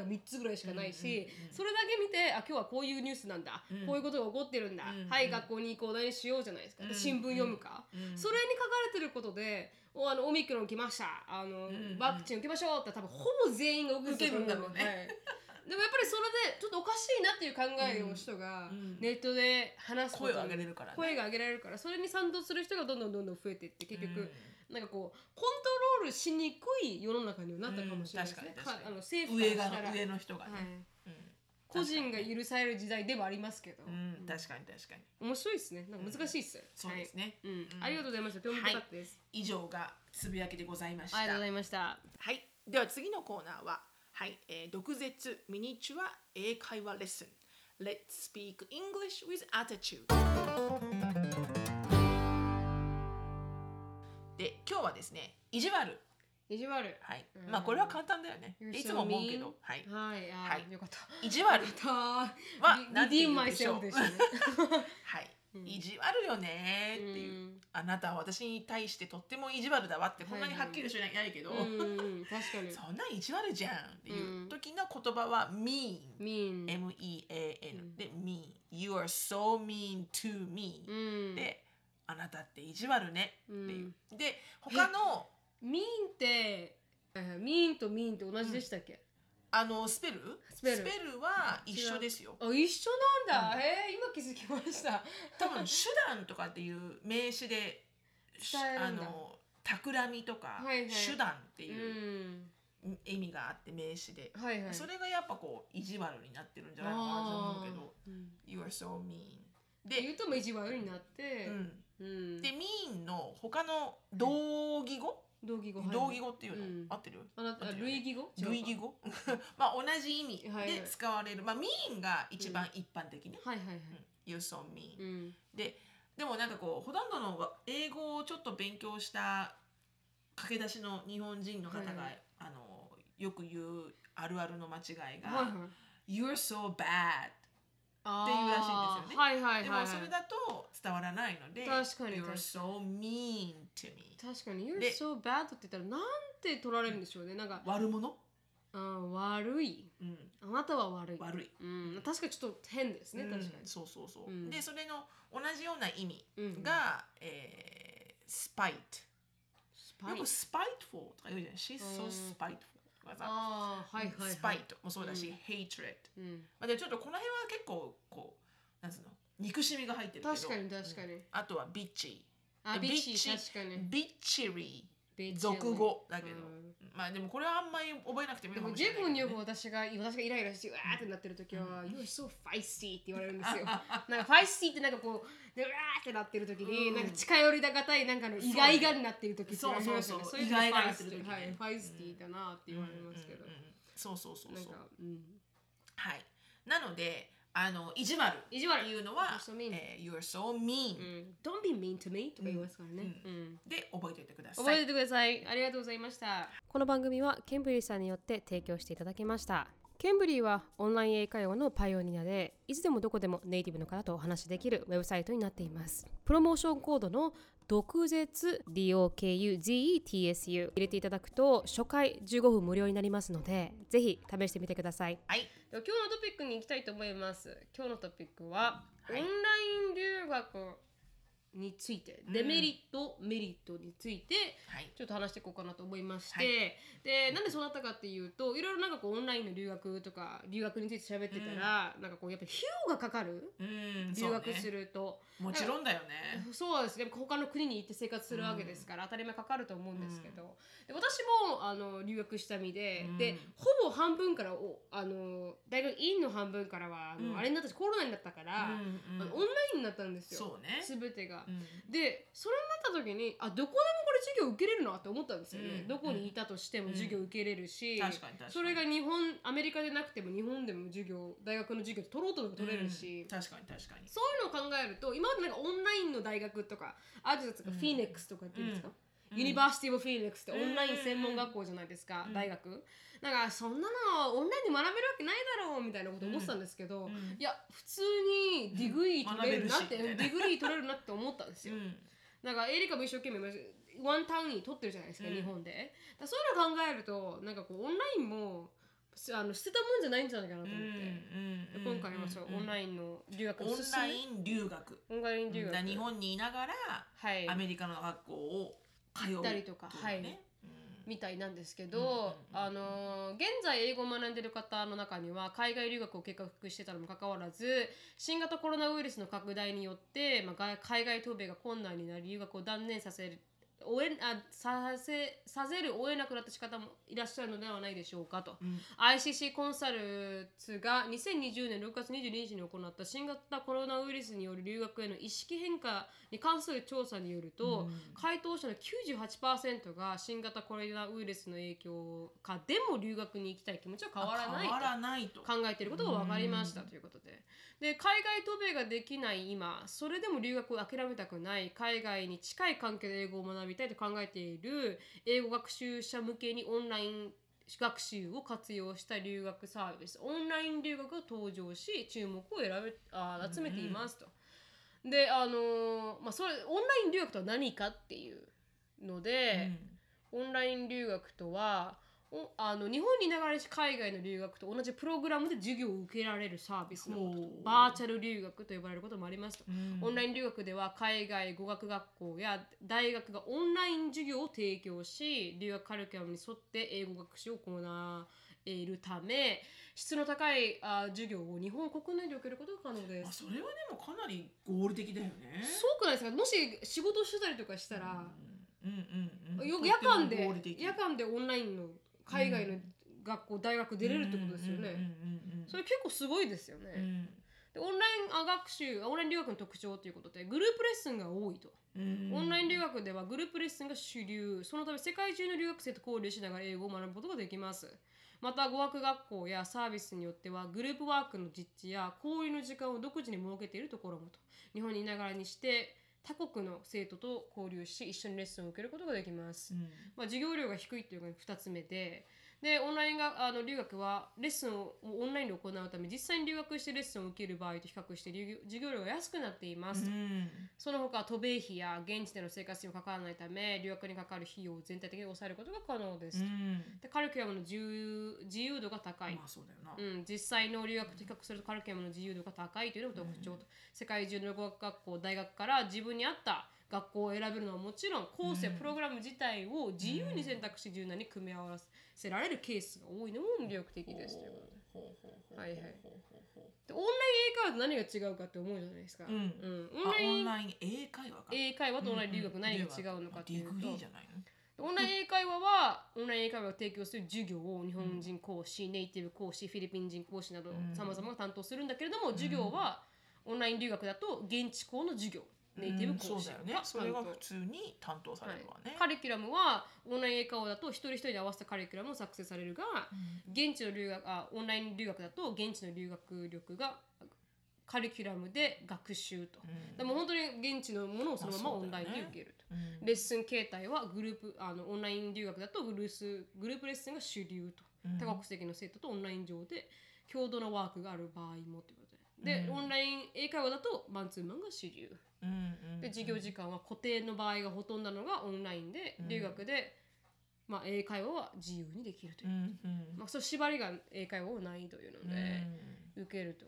S1: っ
S2: に
S1: てチャンネ
S2: 確かに
S1: ル自体もなんか3つぐらいしかないし、
S2: うんうんうん
S1: それだけ見てあ今日はこういうニュースなんだ、
S2: うん
S1: こういうことが起こってるんだ、
S2: うんうん
S1: はい学校に行こう何しようじゃないですか、
S2: うんうん
S1: 新聞読むか、
S2: うん
S1: それに書かれてることでおあのオミクロン来ましたあの、
S2: うんうん
S1: ワクチン受けましょうって多分ほぼ全員が受けると思
S2: 受けるんだろうね
S1: はいでもやっぱりそれでちょっとおかしいなっていう考えを人が
S2: うんうん
S1: ネットで話すことに
S2: 声を上げれるから、ね、
S1: 声が上げられるからそれに賛同する人がどんどんどんどん増えていって結局、なんかこうコントロールしにくい世の中にはなったかもしれないですね
S2: う、ん確かに確かに
S1: あの
S2: う
S1: 政
S2: ん
S1: 府
S2: 上
S1: からしたら
S2: が、上の人がね、
S1: はい
S2: うん
S1: 個人が許される時代ではありますけど、
S2: うん確かに確かに
S1: 面白いですねなんか難しいっす、
S2: そうですね、
S1: はいうん
S2: うん
S1: ありがとうございました興味深かったです、
S2: 以上がつぶやきでございました
S1: ありがとうございました
S2: はい、では次のコーナーは、はい、えー、毒舌ミニチュア英会話レッスン。Let's speak English with attitude. で、今日はですね、意地悪。
S1: 意地悪
S2: はい
S1: うん。
S2: まあこれは簡単だよね。
S1: You're
S2: いつも思うけ
S1: so mean
S2: ど、はい。
S1: はい、あ
S2: は
S1: ー
S2: い
S1: よか った。
S2: 意地悪
S1: よかった。
S2: は
S1: Re-
S2: なんて
S1: redeem
S2: 言うんでしょ
S1: myself
S2: う
S1: でしたね。
S2: はい。
S1: うん
S2: 意地悪よねーっていう、
S1: うん
S2: あなたは私に対してとっても意地悪だわってこんなにはっきりしないけど、
S1: うんうんうん、確かに。
S2: そんなん意地悪じゃんっていうんう時の言葉は mean。
S1: mean。う
S2: mean
S1: ん
S2: で mean you are so mean to me
S1: うん。
S2: であなたって意地悪ね
S1: う
S2: ってい
S1: ん
S2: う、で他の
S1: mean って、はいはい mean と mean と同じでしたっけ
S2: あのスペル
S1: スペル
S2: は一緒ですよ
S1: あ、一緒なんだ。へえ、今気づきました。
S2: 多分手段とかっていう名詞でし
S1: 伝える
S2: あ
S1: んだ
S2: の企みとか、
S1: はいはい
S2: 手段って
S1: う。
S2: いうん意味があって名詞で、
S1: はいはい。
S2: それがやっぱこう意地悪になってるんじゃないかなと
S1: あ
S2: 思うけど
S1: ーうん。
S2: you are so mean
S1: 言
S2: で、
S1: うとも意地悪になって
S2: う、ん、
S1: うん。
S2: で mean の他の同義語、
S1: 同義語。
S2: 同義語っていうの、
S1: うん
S2: 合ってる
S1: あなた、あ類義語
S2: 類義。語 まあ同じ意味
S1: はいはい
S2: で使われる、まあ mean が一番一般的ね
S1: 違う、かはいはいはい。
S2: うん、You're so mean、
S1: うん。
S2: ででもなんかこうほとんどのわ英語をちょっと勉強した駆け出しの日本人の方が、
S1: はいはい
S2: あのよく言うあるあるの間違いが
S1: はいはい。
S2: 「You're so
S1: っ
S2: bad
S1: て
S2: いうらしいんですよね
S1: はいは」い
S2: で
S1: はい、は
S2: も
S1: い。
S2: それだと伝わらないので
S1: 確かに
S2: You're so mean to me」
S1: 確かに、You're
S2: で
S1: so bad って言ったら、なんて取られるんでしょうね。なんか、
S2: 悪者、
S1: うん、悪い。
S2: うん、
S1: あなたは悪い。
S2: 悪い。
S1: うん、確かにちょっと変ですね、確か
S2: うん
S1: に。
S2: そうそうそう、
S1: うん
S2: でそれの同じような意味
S1: うん
S2: が、えー、スパイ
S1: ス
S2: ト
S1: パ
S2: よ
S1: イ
S2: く。スパイトフォーとか言うじゃん She's
S1: う
S2: so
S1: ん
S2: spiteful とかさ
S1: ああ、はいはい、はい。
S2: スパイ。トもそうだし、
S1: うん
S2: hatred
S1: うん。
S2: まあでもちょっとこの辺は結構こうなんつうの憎しみが入ってるけど
S1: 確かに確かに
S2: うんあとはビッチ
S1: あ、
S2: で
S1: ビッチ、
S2: bitchy
S1: 確かに。
S2: ビッチリ
S1: ビッチ
S2: 俗。語だけど、
S1: うん
S2: まあでもこれはあんまり覚えなくてもいい
S1: で
S2: か
S1: も、
S2: もしれ
S1: ジ
S2: ない
S1: ェコ
S2: けどね
S1: によく私が、私がイライラして、うわーってなってる時は、You're so feisty って言われるん ですよ。なんか、feisty ってなんかこう、でうわーってなってる時に、
S2: うん
S1: なんか近寄りがたい、なんかの、意外がになってる時って言われますよね。
S2: そうそうそう
S1: れで
S2: 意外がなってる時ね
S1: はい、ファイスティーだなって言われますけど
S2: うん。うんうんそうそうそう
S1: なん
S2: そう
S1: か、うん。
S2: はい。なので、あの意地悪っ
S1: 意地悪
S2: ていうのは
S1: You're so mean.、
S2: えー You're so mean、
S1: Don't be mean to me とか言いますからね。うん
S2: で覚えておいてくださ
S1: 覚えて
S2: い。
S1: てください。ありがとうございました。この番組はケンブリーさんによって提供していただきました。ケンブリーはオンライン英会話のパイオニアで、いつでもどこでもネイティブの方とお話しできるウェブサイトになっています。プロモーションコードの毒舌 DOKUZETSU 入れていただくと初回15分無料になりますので、ぜひ試してみてください。
S2: はい。
S1: 今日のトピックに行きたいと思います。今日のトピックは、
S2: は
S1: オン
S2: い
S1: ライン留学について、
S2: うん
S1: デメリット、メリットについて
S2: はい。
S1: ちょっと話していこうかなと思いまして、
S2: はい
S1: でなんでそうなったかっていうといろいろなんかこうオンラインの留学とか留学について喋ってたら、なんかこうやっぱ費用がかかる
S2: うん、
S1: 留学
S2: そ
S1: す
S2: うね。
S1: ると
S2: もちろんだよね。
S1: そうですね他の国に行って生活するわけですから、当たり前かかると思うんですけど、で私もあの留学した身で、
S2: うん
S1: でほぼ半分からおあの大学院の半分からはあの、
S2: うん
S1: あれになったしコロナになったから、
S2: うん
S1: あの
S2: うん
S1: オンラインになったんですよ
S2: そうね。
S1: 全てが
S2: う。ん
S1: でそれになった時にあどこでもこれ授業受けれるなって思ったんですよね、
S2: うん
S1: どこにいたとしても授業受けれるし、
S2: 確かに確かに。
S1: それが日本アメリカでなくても日本でも授業大学の授業取ろうとでも取れるし、
S2: うん確かに確かに。
S1: そういうのを考えると今までなんかオンラインの大学とかアジアとか
S2: うん
S1: フィニックスとかっていうんですか、
S2: うん
S1: ユニバーシティ・オブ・フィーニックスってオンライン専門学校じゃないですか、
S2: うん
S1: 大学だからそんなのオンラインで学べるわけないだろうみたいなこと思ってたんですけど、いや普通にディグリー取れるなって、
S2: うん学べる
S1: ディ
S2: しみたいな
S1: グリー取れるなって思ったんですよ、なんかエリカも一生懸命ワンタウンに取ってるじゃないですか、
S2: うん
S1: 日本でだからそういうの考えるとなんかこうオンラインもすあの捨てたもんじゃないんじゃないかなと思って、今回はそう、オンラ
S2: イ
S1: イン
S2: ン
S1: の留学の
S2: オン
S1: 進
S2: ラ
S1: め
S2: イン留学
S1: オンライン留学
S2: 日本にいながら
S1: はい
S2: アメリカの学校を通う
S1: 行ったりとか
S2: ってう
S1: はい
S2: ね
S1: みたいなんですけ
S2: うんうんうんうん
S1: ど、あのー現在英語を学んでる方の中には海外留学を計画してたのもかかわらず新型コロナウイルスの拡大によって、まあが、海外渡米が困難になり留学を断念させる終えあさせさせるを得なくなった方もいらっしゃるのではないでしょうかと。
S2: うん
S1: ICC コンサルツが2020年6月22日に行った新型コロナウイルスによる留学への意識変化に関する調査によると、
S2: うん
S1: 回答者の98%が新型コロナウイルスの影響下でも留学に行きたい気持ちは変わらない
S2: 変わ
S1: と
S2: らないと
S1: 考えていることが分かりました
S2: うん
S1: ということでで海外渡米ができない今それでも留学を諦めたくない海外に近い環境で英語を学びたいと考えている英語学習者向けにオンライン学習を活用した留学サービスオンライン留学が登場し注目を選べあ集めていますと。であのーまあ、それオンライン留学とは何かっていうので、オンライン留学とはおあの日本にいながら海外の留学と同じプログラムで授業を受けられるサービスのこと
S2: ほう
S1: バーチャル留学と呼ばれることもありますと。オンラ
S2: イン
S1: イン留学では海外語学学校や大学がオンライン授業を提供し留学カリキュラムに沿って英語学習を行えるため質の高いあ授業を日本国内で受けることが可能です
S2: あ。それはでもかなり合理的だよね
S1: そうくないですかもし仕事してたりとかしたら、
S2: うんうんうん
S1: よ
S2: とって
S1: 夜
S2: も
S1: 間で
S2: 合理的
S1: 夜間でオンラインの海外の学校、大学出れるってことですよね、
S2: うんうんうんうん
S1: それ結構すごいですよね、でオンライン学習オンライン留学の特徴ということでグループレッスンが多いと、
S2: うんうん
S1: オンライン留学ではグループレッスンが主流そのため世界中の留学生と交流しながら英語を学ぶことができますまた語学学校やサービスによってはグループワークの実地や交流の時間を独自に設けているところもと日本にいながらにして他国の生徒と交流し一緒にレッスンを受けることができます
S2: うん
S1: まあ、授業料が低いっていうのが2つ目ででオンラインがあの留学はレッスンをオンラインで行うため実際に留学してレッスンを受ける場合と比較して留授業料が安くなっています、
S2: うん
S1: その他渡米費や現地での生活費もかからないため留学にかかる費用を全体的に抑えることが可能です、
S2: うん
S1: でカリキュラムの自由自由度が高い、
S2: まあそうだよな
S1: うん、実際の留学と比較するとカルキュラムの自由度が高いというのが特徴と、
S2: うん
S1: 世界中の語学学校大学から自分に合った学校を選べるのはもちろんコースや
S2: うん
S1: プログラム自体を自由に選択し柔軟に組み合わせられるケースが多いのも魅力的ですということで
S2: ほうほうほうほう
S1: はいはい
S2: ほうほうほう
S1: でオンライン英会話と何が違うかって思うじゃないですか、
S2: うん
S1: うんオン
S2: あオン
S1: ライン
S2: ライン英会話か
S1: 英会話とオンライン留学何が違うのかっていうと、
S2: ディグリーじゃないの
S1: オンライン英会話はオンライン英会話を提供する授業を日本人講師、ネイティブ講師フィリピン人講師など
S2: うん
S1: さまざまが担当するんだけれども、授業はオンライン留学だと現地校の授業ネイティブ講
S2: うん
S1: 師
S2: そう
S1: が
S2: だよ
S1: 担
S2: ね
S1: 当、
S2: それが普通に担当さ
S1: は
S2: れ
S1: い
S2: るわね、
S1: カリキュラムはオンライン英会話だと一人一人に合わせたカリキュラムを作成されるが現地の留学あオンライン留学だと現地の留学力がカリキュラムで学習と、
S2: うん
S1: でも本当に現地のものをそのまま
S2: まあ
S1: オ
S2: そう
S1: ン
S2: だ
S1: ライ
S2: よ
S1: ン
S2: ね
S1: で受けると。
S2: うん
S1: レッスン形態はグループあのオンライン留学だとグルースグループレッスンが主流と、
S2: うん
S1: 多国籍の生徒とオンライン上で共同のワークがある場合もということでで、
S2: うん
S1: オンライン英会話だとマンツーマンが主流
S2: うんうん
S1: で授業時間は固定の場合がほとんどなのがオンラインで
S2: うん
S1: 留学で、まあ、英会話は自由にできるというう、
S2: んうん
S1: まあ、そう縛りが英会話をないというので、
S2: うん
S1: 受けると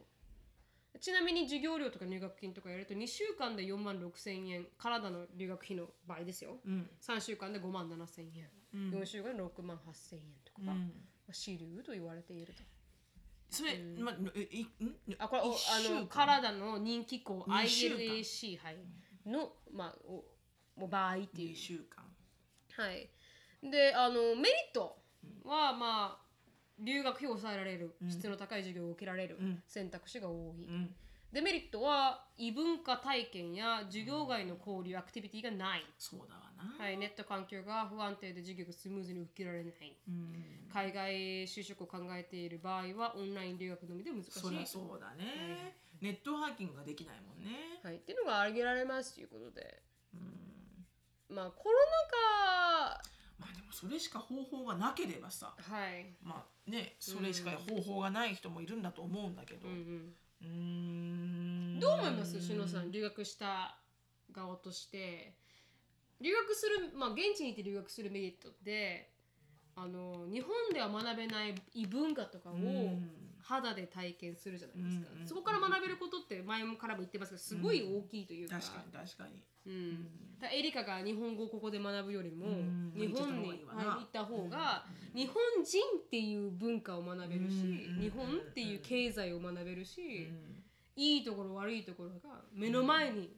S1: ちなみに授業料とか入学金とかやると2週間で4万6千円カナダの留学費の場合ですよ
S2: うん
S1: 3週間で5万7千円、
S2: うん
S1: 4週間で6万8千円とか
S2: う
S1: が、ま
S2: ん
S1: あ、支流と言われていると
S2: それ、
S1: うん
S2: まえいん
S1: あこれお
S2: 一週
S1: あの
S2: 間
S1: カナダの人気校
S2: 二週間
S1: ILAC、はい、の、まあ、おお場合っていう
S2: 二週間
S1: はいであのメリットはまあ留学費を抑えられる、
S2: うん
S1: 質の高い授業を受けられる、
S2: うん
S1: 選択肢が多い、
S2: うん
S1: デメリットは異文化体験や授業外の交流アクティビティがない、
S2: そうだわな、
S1: はい、ネット環境が不安定で授業がスムーズに受けられない
S2: うん
S1: 海外就職を考えている場合はオンライン留学のみで難しい。
S2: そりゃそうだね、ネットハーキングができないもんね、
S1: はい、っていうのが挙げられますということで。
S2: うん
S1: まあコロ
S2: まあでもそれしか方法がなければさ
S1: ナ禍はい
S2: まあねそれしか方法がない人もいるんだと思うんだけど
S1: うんうん
S2: うーん
S1: どう思いますしのさん留学した側として留学するまあ現地に行って留学するメリットってあの日本では学べない異文化とかを
S2: うん
S1: 肌で体験するじゃないですか、
S2: うんうん
S1: そこから学べることって前からも言ってますけどすごい大きいというか,、
S2: 確かに確かに
S1: うん
S2: ん
S1: だからエリカが日本語をここで学ぶよりも、
S2: うん
S1: 日本に
S2: 行っ
S1: はい
S2: てた方がい
S1: 行った方
S2: いわな
S1: が、
S2: うん
S1: 日本人っていう文化を学べるし、
S2: うん
S1: 日本っていう経済を学べるし、
S2: うん
S1: いいところ悪いところが目の前に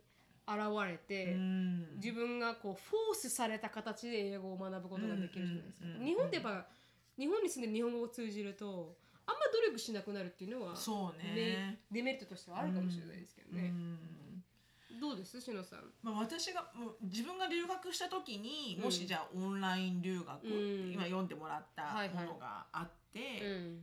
S1: 現れて、
S2: うん
S1: 自分がこうフォースされた形で英語を学ぶことができるじゃないですか、
S2: うんうんうん
S1: 日本でやっぱ日本に住んで日本語を通じるとあんま努力しなくなるっていうのは
S2: そう
S1: メ
S2: ね
S1: デメリットとしてはあるかもしれないですけどね
S2: う、ん
S1: どうですしのさん
S2: まあ、私がもう自分が留学した時に、
S1: うん
S2: もしじゃあオンライン留学、
S1: うん
S2: 今読んでもらった
S1: はいはい
S2: ものがあって、
S1: うん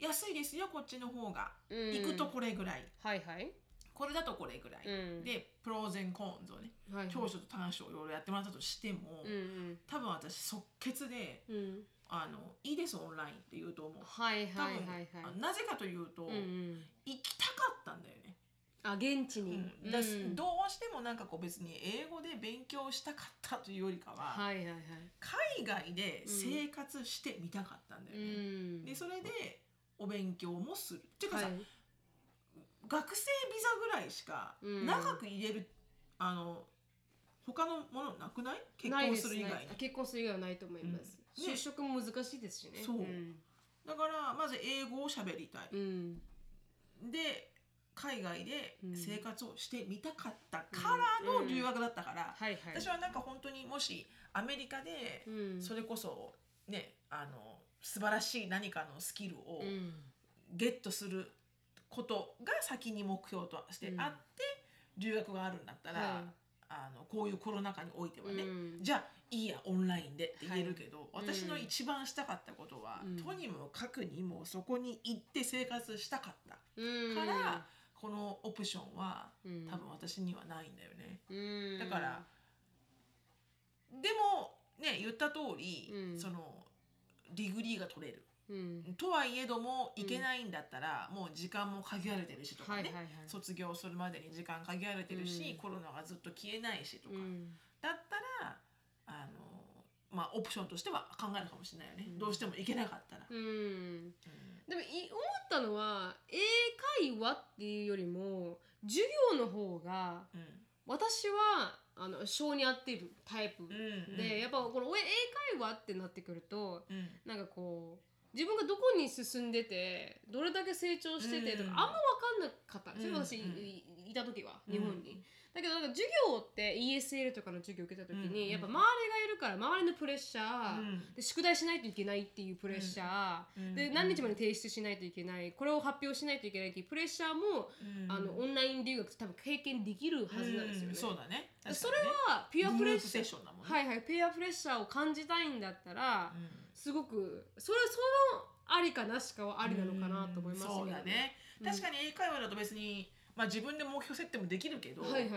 S2: 安いですよこっちの方が、
S1: うん
S2: 行くとこれぐらい
S1: はいはい、
S2: これだとこれぐらい、
S1: うん、
S2: でプローゼンコーンズをね
S1: はいはい、
S2: 長所と短所をいろいろやってもらったとしても、
S1: うんうん
S2: 多分私即決で
S1: うん
S2: あのいいですオンラインって言うと思う
S1: はい
S2: 多
S1: はい
S2: 分、
S1: はいは
S2: あ
S1: い
S2: なぜかというと、
S1: うんうん
S2: 行きたかったんだよね
S1: あ現地に、
S2: うんだし
S1: うん
S2: どうしてもなんかこう別に英語で勉強したかったというよりかは、
S1: はいはいはい、
S2: 海外で生活してみたかったんだ
S1: う
S2: よね。
S1: ん、
S2: でそれでお勉強もするっていうか
S1: は
S2: さ、
S1: い、
S2: 学生ビザぐらいしか
S1: うん
S2: 長く言える、あの他のものなくない結
S1: ない
S2: 婚
S1: です
S2: する以外に
S1: ないです結婚する以外はないと思います、
S2: うんね
S1: 就職も難しいですしね
S2: そうんだからまず英語を喋りたい、
S1: うん
S2: で海外で
S1: うん
S2: 生活をしてみたかったから
S1: う
S2: の
S1: ん
S2: 留学だったから、
S1: はいはい
S2: 私はなんか本当にもしアメリカで
S1: うん、
S2: それこそねあの素晴らしい何かのスキルを、
S1: うん
S2: ゲットすることが先に目標としてあって、留学があるんだったら、
S1: はい
S2: あのこういうコロナ禍においてはね、
S1: うん
S2: じゃあいいやオンラインでって言えるけど、
S1: はい
S2: 私の一番したかったことは、
S1: うん
S2: とにもかくにもそこに行って生活したかった、
S1: うん、
S2: からこのオプションは
S1: うん、
S2: 多分私にはないんだよね。
S1: うん、
S2: だから、でもね言った通り、
S1: うん
S2: そのディグリーが取れる
S1: うん
S2: とはいえども行けないんだったら、もう時間も限られてるしとか
S1: は
S2: ね、
S1: いはいはい
S2: 卒業するまでに時間限られてるし、
S1: うん
S2: コロナがずっと消えないしとか、
S1: うん
S2: だったらあの、まあ、オプションとしては考えるかもしれないよね、
S1: うん
S2: どうしても行けなかったら。
S1: うん、
S2: うん
S1: でもい思ったのは英会話っていうよりも授業の方が
S2: うん
S1: 私はあの性に合っているタイプ
S2: うんうん
S1: で、やっぱこのお英会話ってなってくると
S2: うん
S1: なんかこう自分がどこに進んでてどれだけ成長しててとか、
S2: うん
S1: あんま分かんなかった、それ
S2: うん
S1: 私い,い、いた時は日本に、
S2: うん
S1: だけどなんか授業って ESL とかの授業受けた時に、
S2: うん
S1: やっぱ周りがいるから周りのプレッシャー、
S2: うん
S1: で宿題しないといけないっていうプレッシャー、
S2: うん
S1: で何日まで提出しないといけないこれを発表しないといけないっていうプレッシャーも、
S2: うん
S1: あのオンライン留学って多分経験できるはずなんですよね。
S2: うそうだね確かにね
S1: それはピュアプレッ
S2: グループセ
S1: シャ
S2: ッ
S1: ー、
S2: ションだもんね、
S1: はいはいペアプレッシャーを感じたいんだったら、
S2: うん
S1: すごくそれそのありかなしかはありなのかなと思いますけど
S2: うんそうだね、
S1: うん
S2: 確かに英会話だと別に、まあ、自分で目標設定もできるけど、
S1: はいはい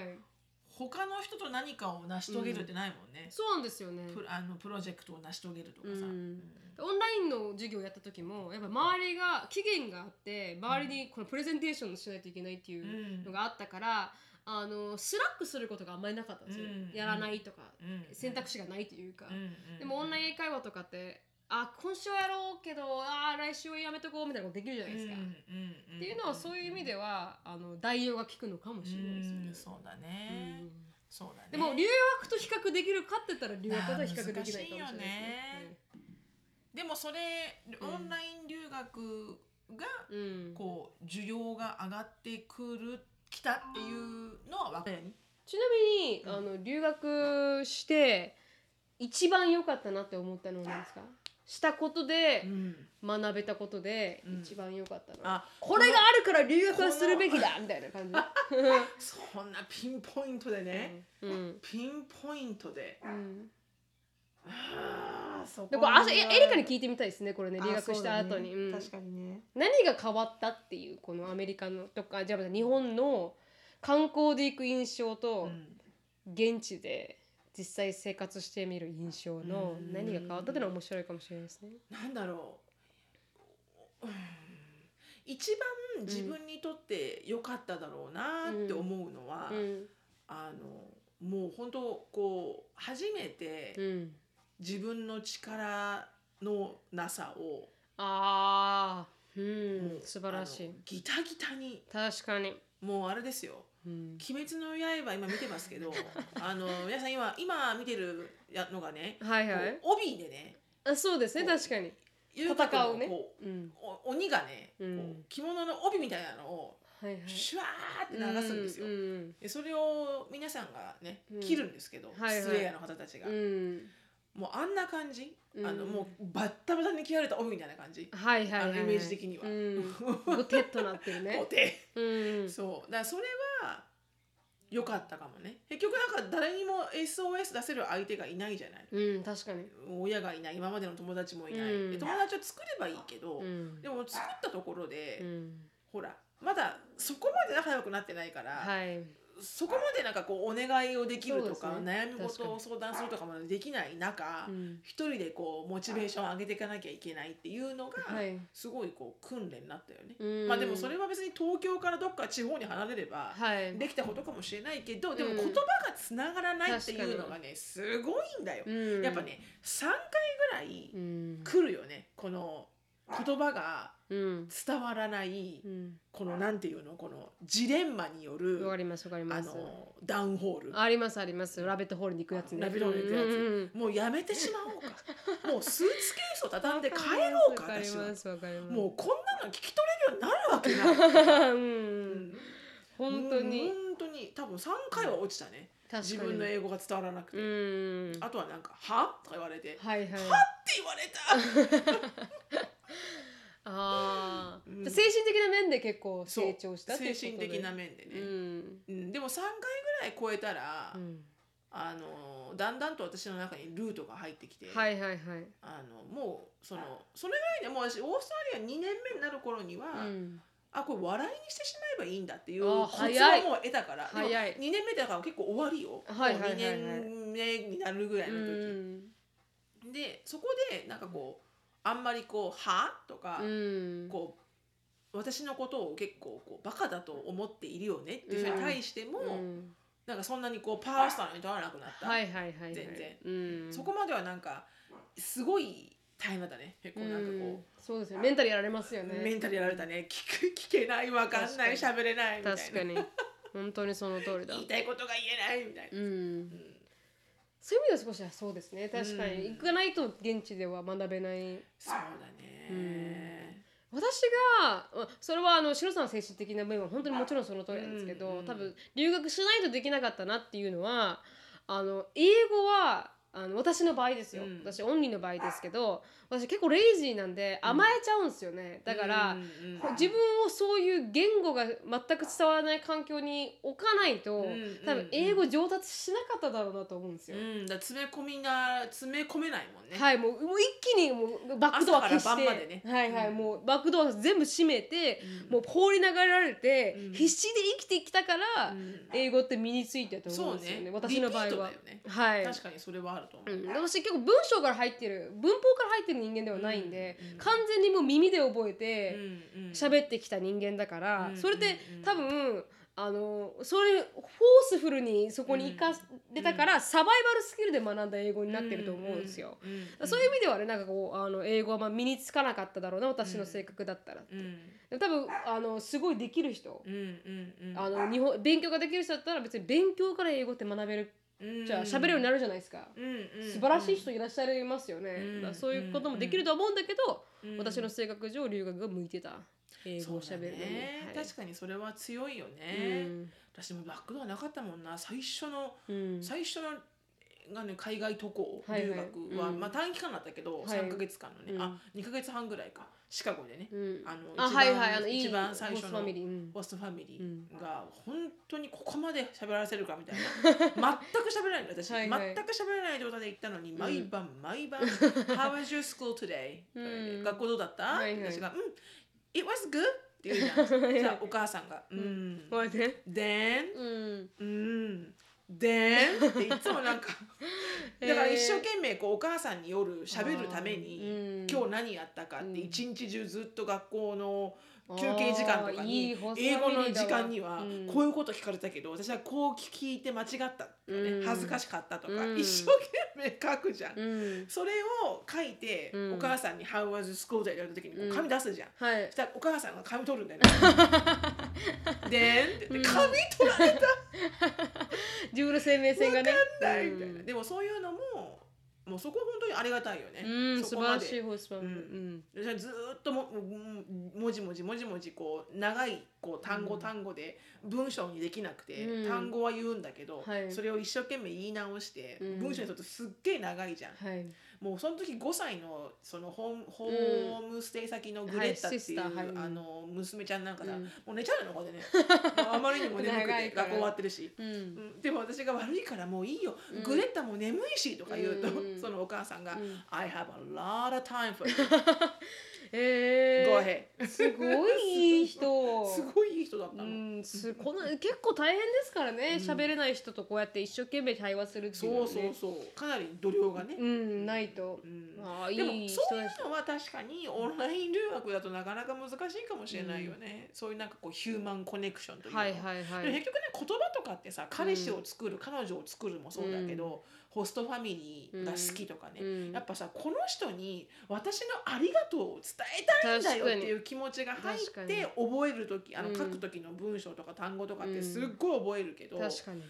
S2: 他の人と何かを成し遂げるってないもんね、
S1: そうなんですよね
S2: プあのプロジェクトを成し遂げるとかさ、
S1: うん
S2: うん
S1: オンラインの授業やった時もやっぱ周りが期限があって周りにこのプレゼンテーションをしないといけないっていうのがあったから、あのスラックすることがあんまりなかったんですよ、
S2: うん
S1: やらないとか、
S2: うん
S1: 選択肢がないというか、
S2: うんうん
S1: でもオンライン英会話とかってあ今週はやろうけどあ来週はやめとこうみたいなことできるじゃないですか、
S2: うん
S1: っていうのはそういう意味で
S2: は
S1: はあの代用が効くのかもしれないですよね。
S2: そうだね、
S1: うん
S2: そうだね
S1: でも留学と比較できるかって言ったら留学とは比較できないかもしれないです
S2: あー難しいよねでもそれ
S1: うん
S2: オンライン留学が
S1: はいうん、
S2: こう需要が上がってくるきたっていうのは分かるよね
S1: ちなみに、
S2: うん
S1: あの留学して一番良かったなって思ったのは何ですかしたことで学べたことで
S2: うん
S1: 一番良かったな、
S2: あ
S1: これがあるから留学はするべきだみたいな 感じ、
S2: そんなピンポイントでね、
S1: うん
S2: ピンポイントで
S1: うん、
S2: ああそ
S1: で
S2: こ
S1: これあ
S2: に
S1: えエリカに聞いてみたいですねこれね留学した後に、
S2: あそうだね
S1: うん
S2: 確かにね
S1: 何が変わったっていうこのアメリカのとかじゃあ日本の観光で行く印象と現地で実際生活してみる印象の
S2: うん
S1: 何が変わったっていうのは面白いかもしれないですね。
S2: なんだろう、うん一番自分にとって良かっただろうなって思うのは、
S1: うん
S2: あのもう本当こう初めて
S1: うん、
S2: 自分の力のなさを、
S1: ああ、うん
S2: も、う
S1: 素晴らし
S2: あ
S1: い
S2: の。ギタギタに
S1: 確かに。
S2: もうあれですよ
S1: うん
S2: 「鬼滅の刃」今見てます けどあの皆さん今今見てるやのがね、
S1: はいはい。
S2: こう帯でね
S1: あそうですね、
S2: こう
S1: 確かに。
S2: 遊郭
S1: 戦
S2: の
S1: うね
S2: こ
S1: うん。
S2: うお鬼がね、
S1: うん
S2: こう着物の帯みたいなのを
S1: はいはい。
S2: シュワーって流すんですよ。
S1: うん
S2: でそれを皆さんがね
S1: うん
S2: 切るんですけど、
S1: はいはい
S2: スレイヤーの方たちが、
S1: うんうん
S2: もうあんな感じ、
S1: うん
S2: あのもうバッタバタに切られた帯みたいな感じ、
S1: はいはいはいはい。
S2: あのイメージ的に
S1: う
S2: は
S1: ん。ボテッとなって るね
S2: お。手
S1: うん。
S2: そうだからそれは良かったかもね結局なんか誰にも SOS 出せる相手がいないじゃない
S1: うん、確かに。
S2: 親がいない今までの友達もいない、
S1: うん
S2: で友達を作ればいいけど、
S1: うん
S2: で。も作ったところで、
S1: うん
S2: ほらまだそこまで仲良くなってないから、
S1: はい。
S2: そこまでなんかこうお願いをできるとか
S1: そうですね
S2: 悩み事を相談するとかもできない中、
S1: うん
S2: 一人でこうモチベーションを上げていかなきゃいけないっていうのが、
S1: はい。
S2: すごいこう訓練になったよね。
S1: うん
S2: まあでもそれは別に東京からどっか地方に離れれば
S1: はい。
S2: できたことかもしれないけど、でも
S1: うん
S2: 言葉がつながらないっていうのがねすごいんだよ。
S1: うん
S2: やっぱ。ね3回ぐらい
S1: うん。
S2: 来るよねこの言葉が
S1: うん。
S2: 伝わらない
S1: うん。
S2: このなんていうのこのジレンマによる
S1: わかりますわかり
S2: あ
S1: ます。
S2: のダウンホール。
S1: ありますあります。ラベットホールに行くやつね。
S2: ラベットホールに行くやつ
S1: うんうん
S2: もうやめてしまおう か。もうスーツケースを畳んで帰ろうか私は
S1: わかりま。すわかります。
S2: もうこんなの聞き取れるようになるわけない。
S1: う
S2: うんん
S1: 本当
S2: うん
S1: に
S2: 本当に多分3回は落ちたね
S1: 確か
S2: 自
S1: に
S2: 分の英語が伝わらなくて、
S1: うん
S2: あとはなんか「は?」とか言われて「は?」っ
S1: はいはい
S2: て言われた
S1: ああ、
S2: うん
S1: 精神的な面で結構
S2: そう
S1: 成長したっていう
S2: 精
S1: ことで
S2: 神的な面でね、
S1: うん
S2: うんでも3回ぐらい超えたら、
S1: うん
S2: あのだんだんと私の中にルートが入ってきて、
S1: はいはいはい
S2: あのもうそのそれぐらいでもう私オーストラリア2年目になる頃には、
S1: うん
S2: あこれ笑いにしてしまえばいいんだっていう
S1: あー
S2: コツ
S1: 早い
S2: をもう得たから
S1: 早い
S2: でも2年目だから結構終わりよ、
S1: はいはいはいはい
S2: 2年目になるぐらいの時、でそこでなんかこうあんまりこう「は?」とか、
S1: うん
S2: こう私のことを結構こうバカだと思っているよねっていう人に対しても、
S1: うん
S2: なんかそんなにこうパーソナルに取らなくなった、
S1: はいはいはいはい
S2: 全然
S1: うん
S2: そこまではなんかすごい大変だったね結構なんか
S1: う
S2: こ
S1: んそうですよねメンタルやられます
S2: う、
S1: よね
S2: メンタルやられたね聞く聞けないわかんない
S1: 確か
S2: 喋れないみたいな
S1: 確かに本当にその通りだ
S2: 言いたいことが言えないみたいな
S1: う、ん
S2: うん
S1: そういう意味では少しはそうですね確かに、
S2: うん
S1: 行かないと現地では学べない
S2: そうだね、
S1: 私がまあそれはあのシロさんの精神的な面は本当にもちろんその通りなんですけど、
S2: うんうん
S1: 多分留学しないとできなかったなっていうのはあの英語はあの私の場合ですよ、
S2: うん
S1: 私オンリーの場合ですけど私結構レイジーなんで甘えちゃうんですよね、だから、
S2: うんうん
S1: こう自分をそういう言語が全く伝わらない環境に置かないと、
S2: うんうん
S1: 多分英語上達しなかっただろうなと思うんですよ。
S2: うん、だから詰め込みな詰め込めないもんね。
S1: はい、もうもう一気にもうバックドア消して、
S2: 朝から晩までね
S1: はいはい、
S2: うん
S1: もうバックドア全部閉めて、
S2: うん
S1: もう放り投げられて、
S2: うん
S1: 必死で生きてきたから、
S2: うん
S1: 英語って身についてると思
S2: そううん
S1: ですよね
S2: ね。
S1: 私の場合
S2: リピート
S1: は
S2: だよ。ね
S1: はい、
S2: 確かにそれはあると思う。
S1: うん、私結構文章から入ってる文法から入ってる人間ではないんで、
S2: うんうん
S1: 完全にもう耳で覚え
S2: う
S1: て
S2: んうん
S1: 喋ってきた人間だから、
S2: うん
S1: それって
S2: うん
S1: 多分あのそれフォースフルにそこに生かれたから、サバイバルスキルで学んだ英語になってると思うんですよ。。
S2: うんうんうん
S1: そういう意味ではねなんかこうあの英語はまあ身につかなかっただろうな私の性格だったら、でも多分あのすごいできる人、
S2: うんうんうんうん
S1: あの日本勉強ができる人だったら別に勉強から英語って学べる
S2: うん
S1: じゃあ喋るようになるじゃないですか、
S2: うんうん
S1: 素晴らしい人いらっしゃいますよね、
S2: うん
S1: だからそういうこともできると思うんだけど、
S2: うん
S1: 私の性格上留学が向いてた英語
S2: そう
S1: を喋
S2: だ
S1: るのに、
S2: ね。
S1: はい
S2: 確かにそれは強いよ
S1: う
S2: ね。
S1: ん
S2: 私もバックドアなかったもんな。最初の
S1: うん
S2: 最初のがね海外渡航
S1: はい
S2: 留
S1: はい
S2: 学は
S1: うん
S2: まあ短期間だったけど
S1: はい
S2: 三ヶ月間のね
S1: うん
S2: あ二ヶ月半ぐらいかシカゴでね
S1: うん
S2: あの
S1: あ
S2: 一番
S1: はいはいあのいい
S2: 一番最初
S1: ホースファ
S2: の
S1: ミリー、うん
S2: ボストンファミリーが本当にここまで喋らせるか みたいな全く喋らない私
S1: はいはい
S2: 全く喋らない状態で行ったのに毎晩毎 晩「How was your school today?」
S1: うん
S2: 学校どうだった、
S1: はいはい
S2: 私が「うん It was good」って言うじゃ ん
S1: いはい
S2: じゃあお母さんが「うん
S1: こうやってね
S2: Then
S1: うん
S2: うんでんっていつもなん か
S1: えー
S2: だから一生懸命こうお母さんに夜喋るために、
S1: うん
S2: 今日何やったかって
S1: うん
S2: 一日中ずっと学校の休憩時間と
S1: あ
S2: かに
S1: ーいいホスト
S2: 英語の
S1: ファミリーだ
S2: 時
S1: わ
S2: 間には
S1: うん
S2: こういうこと聞かれたけど私はこう聞いて間違ったとか
S1: う
S2: ね
S1: ん
S2: 恥ずかしかったとか
S1: うん
S2: 一生懸命書くじゃん。
S1: うん
S2: それを書いて
S1: うん
S2: お母さんに「How was school day?」やるときにこう
S1: うん
S2: 紙出すじゃん。
S1: はい
S2: そしたらお母さんが紙取る んだよね。でんって言って紙取られた
S1: ジュール生命線がね
S2: ないみたいな、でもそういうのももうそこ本当にありがたいよね、
S1: うん、うん、
S2: そ
S1: 素
S2: こ
S1: 晴
S2: ま
S1: ら
S2: で
S1: しいホストファミリ
S2: う
S1: ーうん
S2: 私はずーっともももじもじもじもじこう長いこう単語単語で文章にできなくて、
S1: うん
S2: 単語は言うんだけど、
S1: はい
S2: それを一生懸命言い直して、
S1: うん
S2: 文章にするとすっげえ長いじゃん、
S1: はい
S2: もうその時5歳のそのホームホームステイ先のグレッタっていう、
S1: はいシスターはい
S2: あの娘ちゃんなんかだ、
S1: うん
S2: もう寝ちゃうの これねもうあまりにも眠く
S1: 長
S2: て
S1: いから
S2: 学校終わってるし。
S1: うん
S2: うんでも私が悪いからもういいよ、
S1: うん
S2: グレッタも眠いしとか言うと、
S1: うんうん
S2: そのお母さんが、
S1: うん
S2: I have a lot of time for you
S1: え
S2: go
S1: ー
S2: ahead
S1: すごいいい人
S2: すごいいい人だった
S1: う
S2: の、
S1: ん、すこの結構大変ですからね喋、れない人とこうやって一生懸命対話するっていうの
S2: そ
S1: は
S2: う
S1: ね
S2: そうそうかなり度量がね、
S1: うんないと
S2: う、ん
S1: ああい
S2: でも
S1: い人
S2: そうい
S1: でし
S2: うのは確かにオンライン留学だとなかなか難しいかもしれないよね、そういうなんかこうヒューマンコネクションという
S1: た
S2: の
S1: はいはいは
S2: でも
S1: い
S2: 結局ね言葉とかってさ彼氏を作る、彼女を作るもそうだけど、ホストファミリーが好きとかね、
S1: うん
S2: やっぱさこの人に私のありがとうを伝えたいんだよっていう気持ちが入
S1: 確か
S2: っ
S1: に
S2: て覚える時あ
S1: う
S2: の
S1: ん
S2: 書く時の文章とか単語とかっ
S1: う
S2: て
S1: ん
S2: すっごい覚えるけど、ただ
S1: 確かに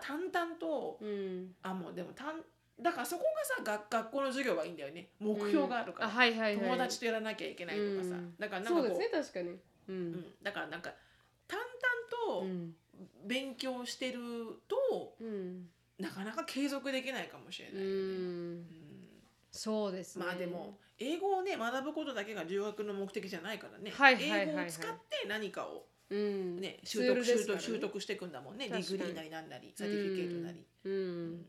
S2: 淡々と
S1: うん
S2: あもうでもたんだからそこがさ学学校の授業はいいんだよね目標があるから、
S1: うんはいはいはい、
S2: 友達とやらなきゃいけないとかさ、
S1: うん
S2: だからな
S1: そ
S2: んか
S1: う
S2: こう
S1: ですね確かにう
S2: うんん、だからなんか淡
S1: う
S2: 々と
S1: ん
S2: 勉強してると、
S1: うん、
S2: なかなか継続できないかもしれ
S1: う
S2: ないよね、
S1: ん、
S2: うん
S1: そうですね
S2: まあでも英語をね学ぶことだけが留学の目的じゃないからね、
S1: はいはいはいはい
S2: 英語を使って何かを、
S1: うん
S2: ね、
S1: ツー
S2: 習得、
S1: ルで
S2: 習
S1: すから
S2: 得
S1: ね
S2: 習得していくんだもんねデ
S1: 確
S2: ィ
S1: かに
S2: グリーなりなんなりサティフィケートなり。
S1: う
S2: うん
S1: ん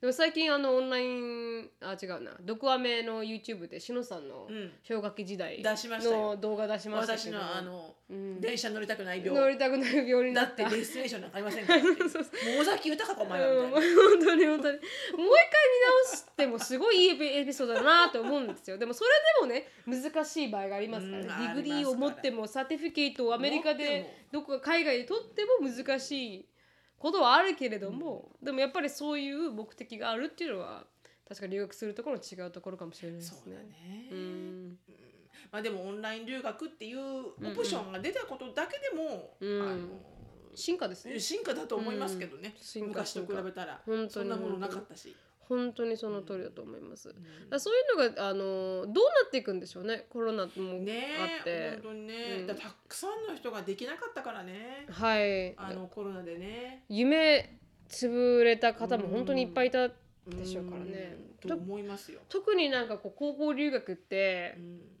S1: でも最近あのオンラインあ違うな毒アメの YouTube でしのさんの
S2: うん
S1: 氷河期時代
S2: 出しましたよ
S1: の動画出しました
S2: 私
S1: けど
S2: のあの、
S1: うん
S2: 電車乗りたくない
S1: 乗
S2: 病
S1: りたくなる病に
S2: だ
S1: な
S2: っ
S1: った
S2: てデスティネーションなんかありませんからっていう
S1: そう
S2: もう尾崎豊かお
S1: うん
S2: 前はみたいな、
S1: 本当に本当にもう一回見直してもすごいいいエピエピソードだなと思うんですよでもそれでもね難しい場合がありますからね、
S2: うん
S1: ディグリーを持ってもサティフィケートをアメリカ
S2: 持っ
S1: で
S2: て
S1: どこか海外で取っても難しいことはあるけれども、でもやっぱりそういう目的があるっていうのは確か留学するところの違うところかもしれないで
S2: そ
S1: す
S2: うだ
S1: ね。
S2: ね、
S1: うん
S2: まあ、でもオンライン留学っていうオプションが出たことだけでも、
S1: うん
S2: あ
S1: 進化ですね
S2: の進化だと思いますけどね、
S1: 進化
S2: 昔と比
S1: 進化
S2: べたら
S1: 本当に
S2: そんなものなかったし。
S1: 本当にその通りだと思います。だからそういうのがあのどうなっていくんでしょうねコロナもあって、
S2: ねえ本当にね、
S1: うん
S2: だからたくさんの人ができなかったからね
S1: はい
S2: あのコロナでね
S1: 夢潰れた方も本当にいっぱいいたでしょうからね
S2: うんと思いますよ、
S1: 特になんかこう高校留学って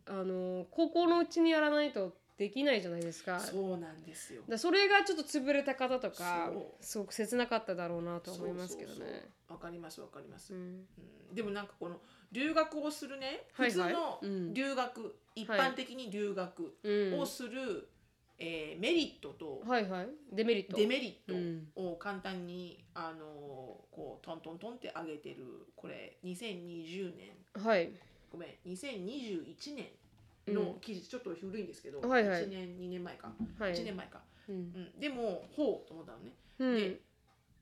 S2: うん
S1: あの高校のうちにやらないとできないじゃないですか。
S2: そうなんですよ
S1: だからそれがちょっと潰れた方とか
S2: そう
S1: すごく切なかっただろうなとは思いますけど
S2: そうそう
S1: ね。
S2: そうわかりますわかります、
S1: うん
S2: うんでもなんかこの留学をするね
S1: はい
S2: 普通
S1: はい
S2: の
S1: うん
S2: 留学、一般的に留学
S1: うん
S2: をする、えーメリットと
S1: はいはいデメリット。
S2: デメリ
S1: う
S2: ッ
S1: ん
S2: トを簡単に、あのーこうトントントンって上げてるこれ2020年
S1: はい
S2: ごめん2021年の記事ちょっと古いんですけど、一
S1: はいはい
S2: 1年2年前か
S1: はい。
S2: 1年前か、
S1: うん
S2: うん、でもほうと思ったのね
S1: うん
S2: で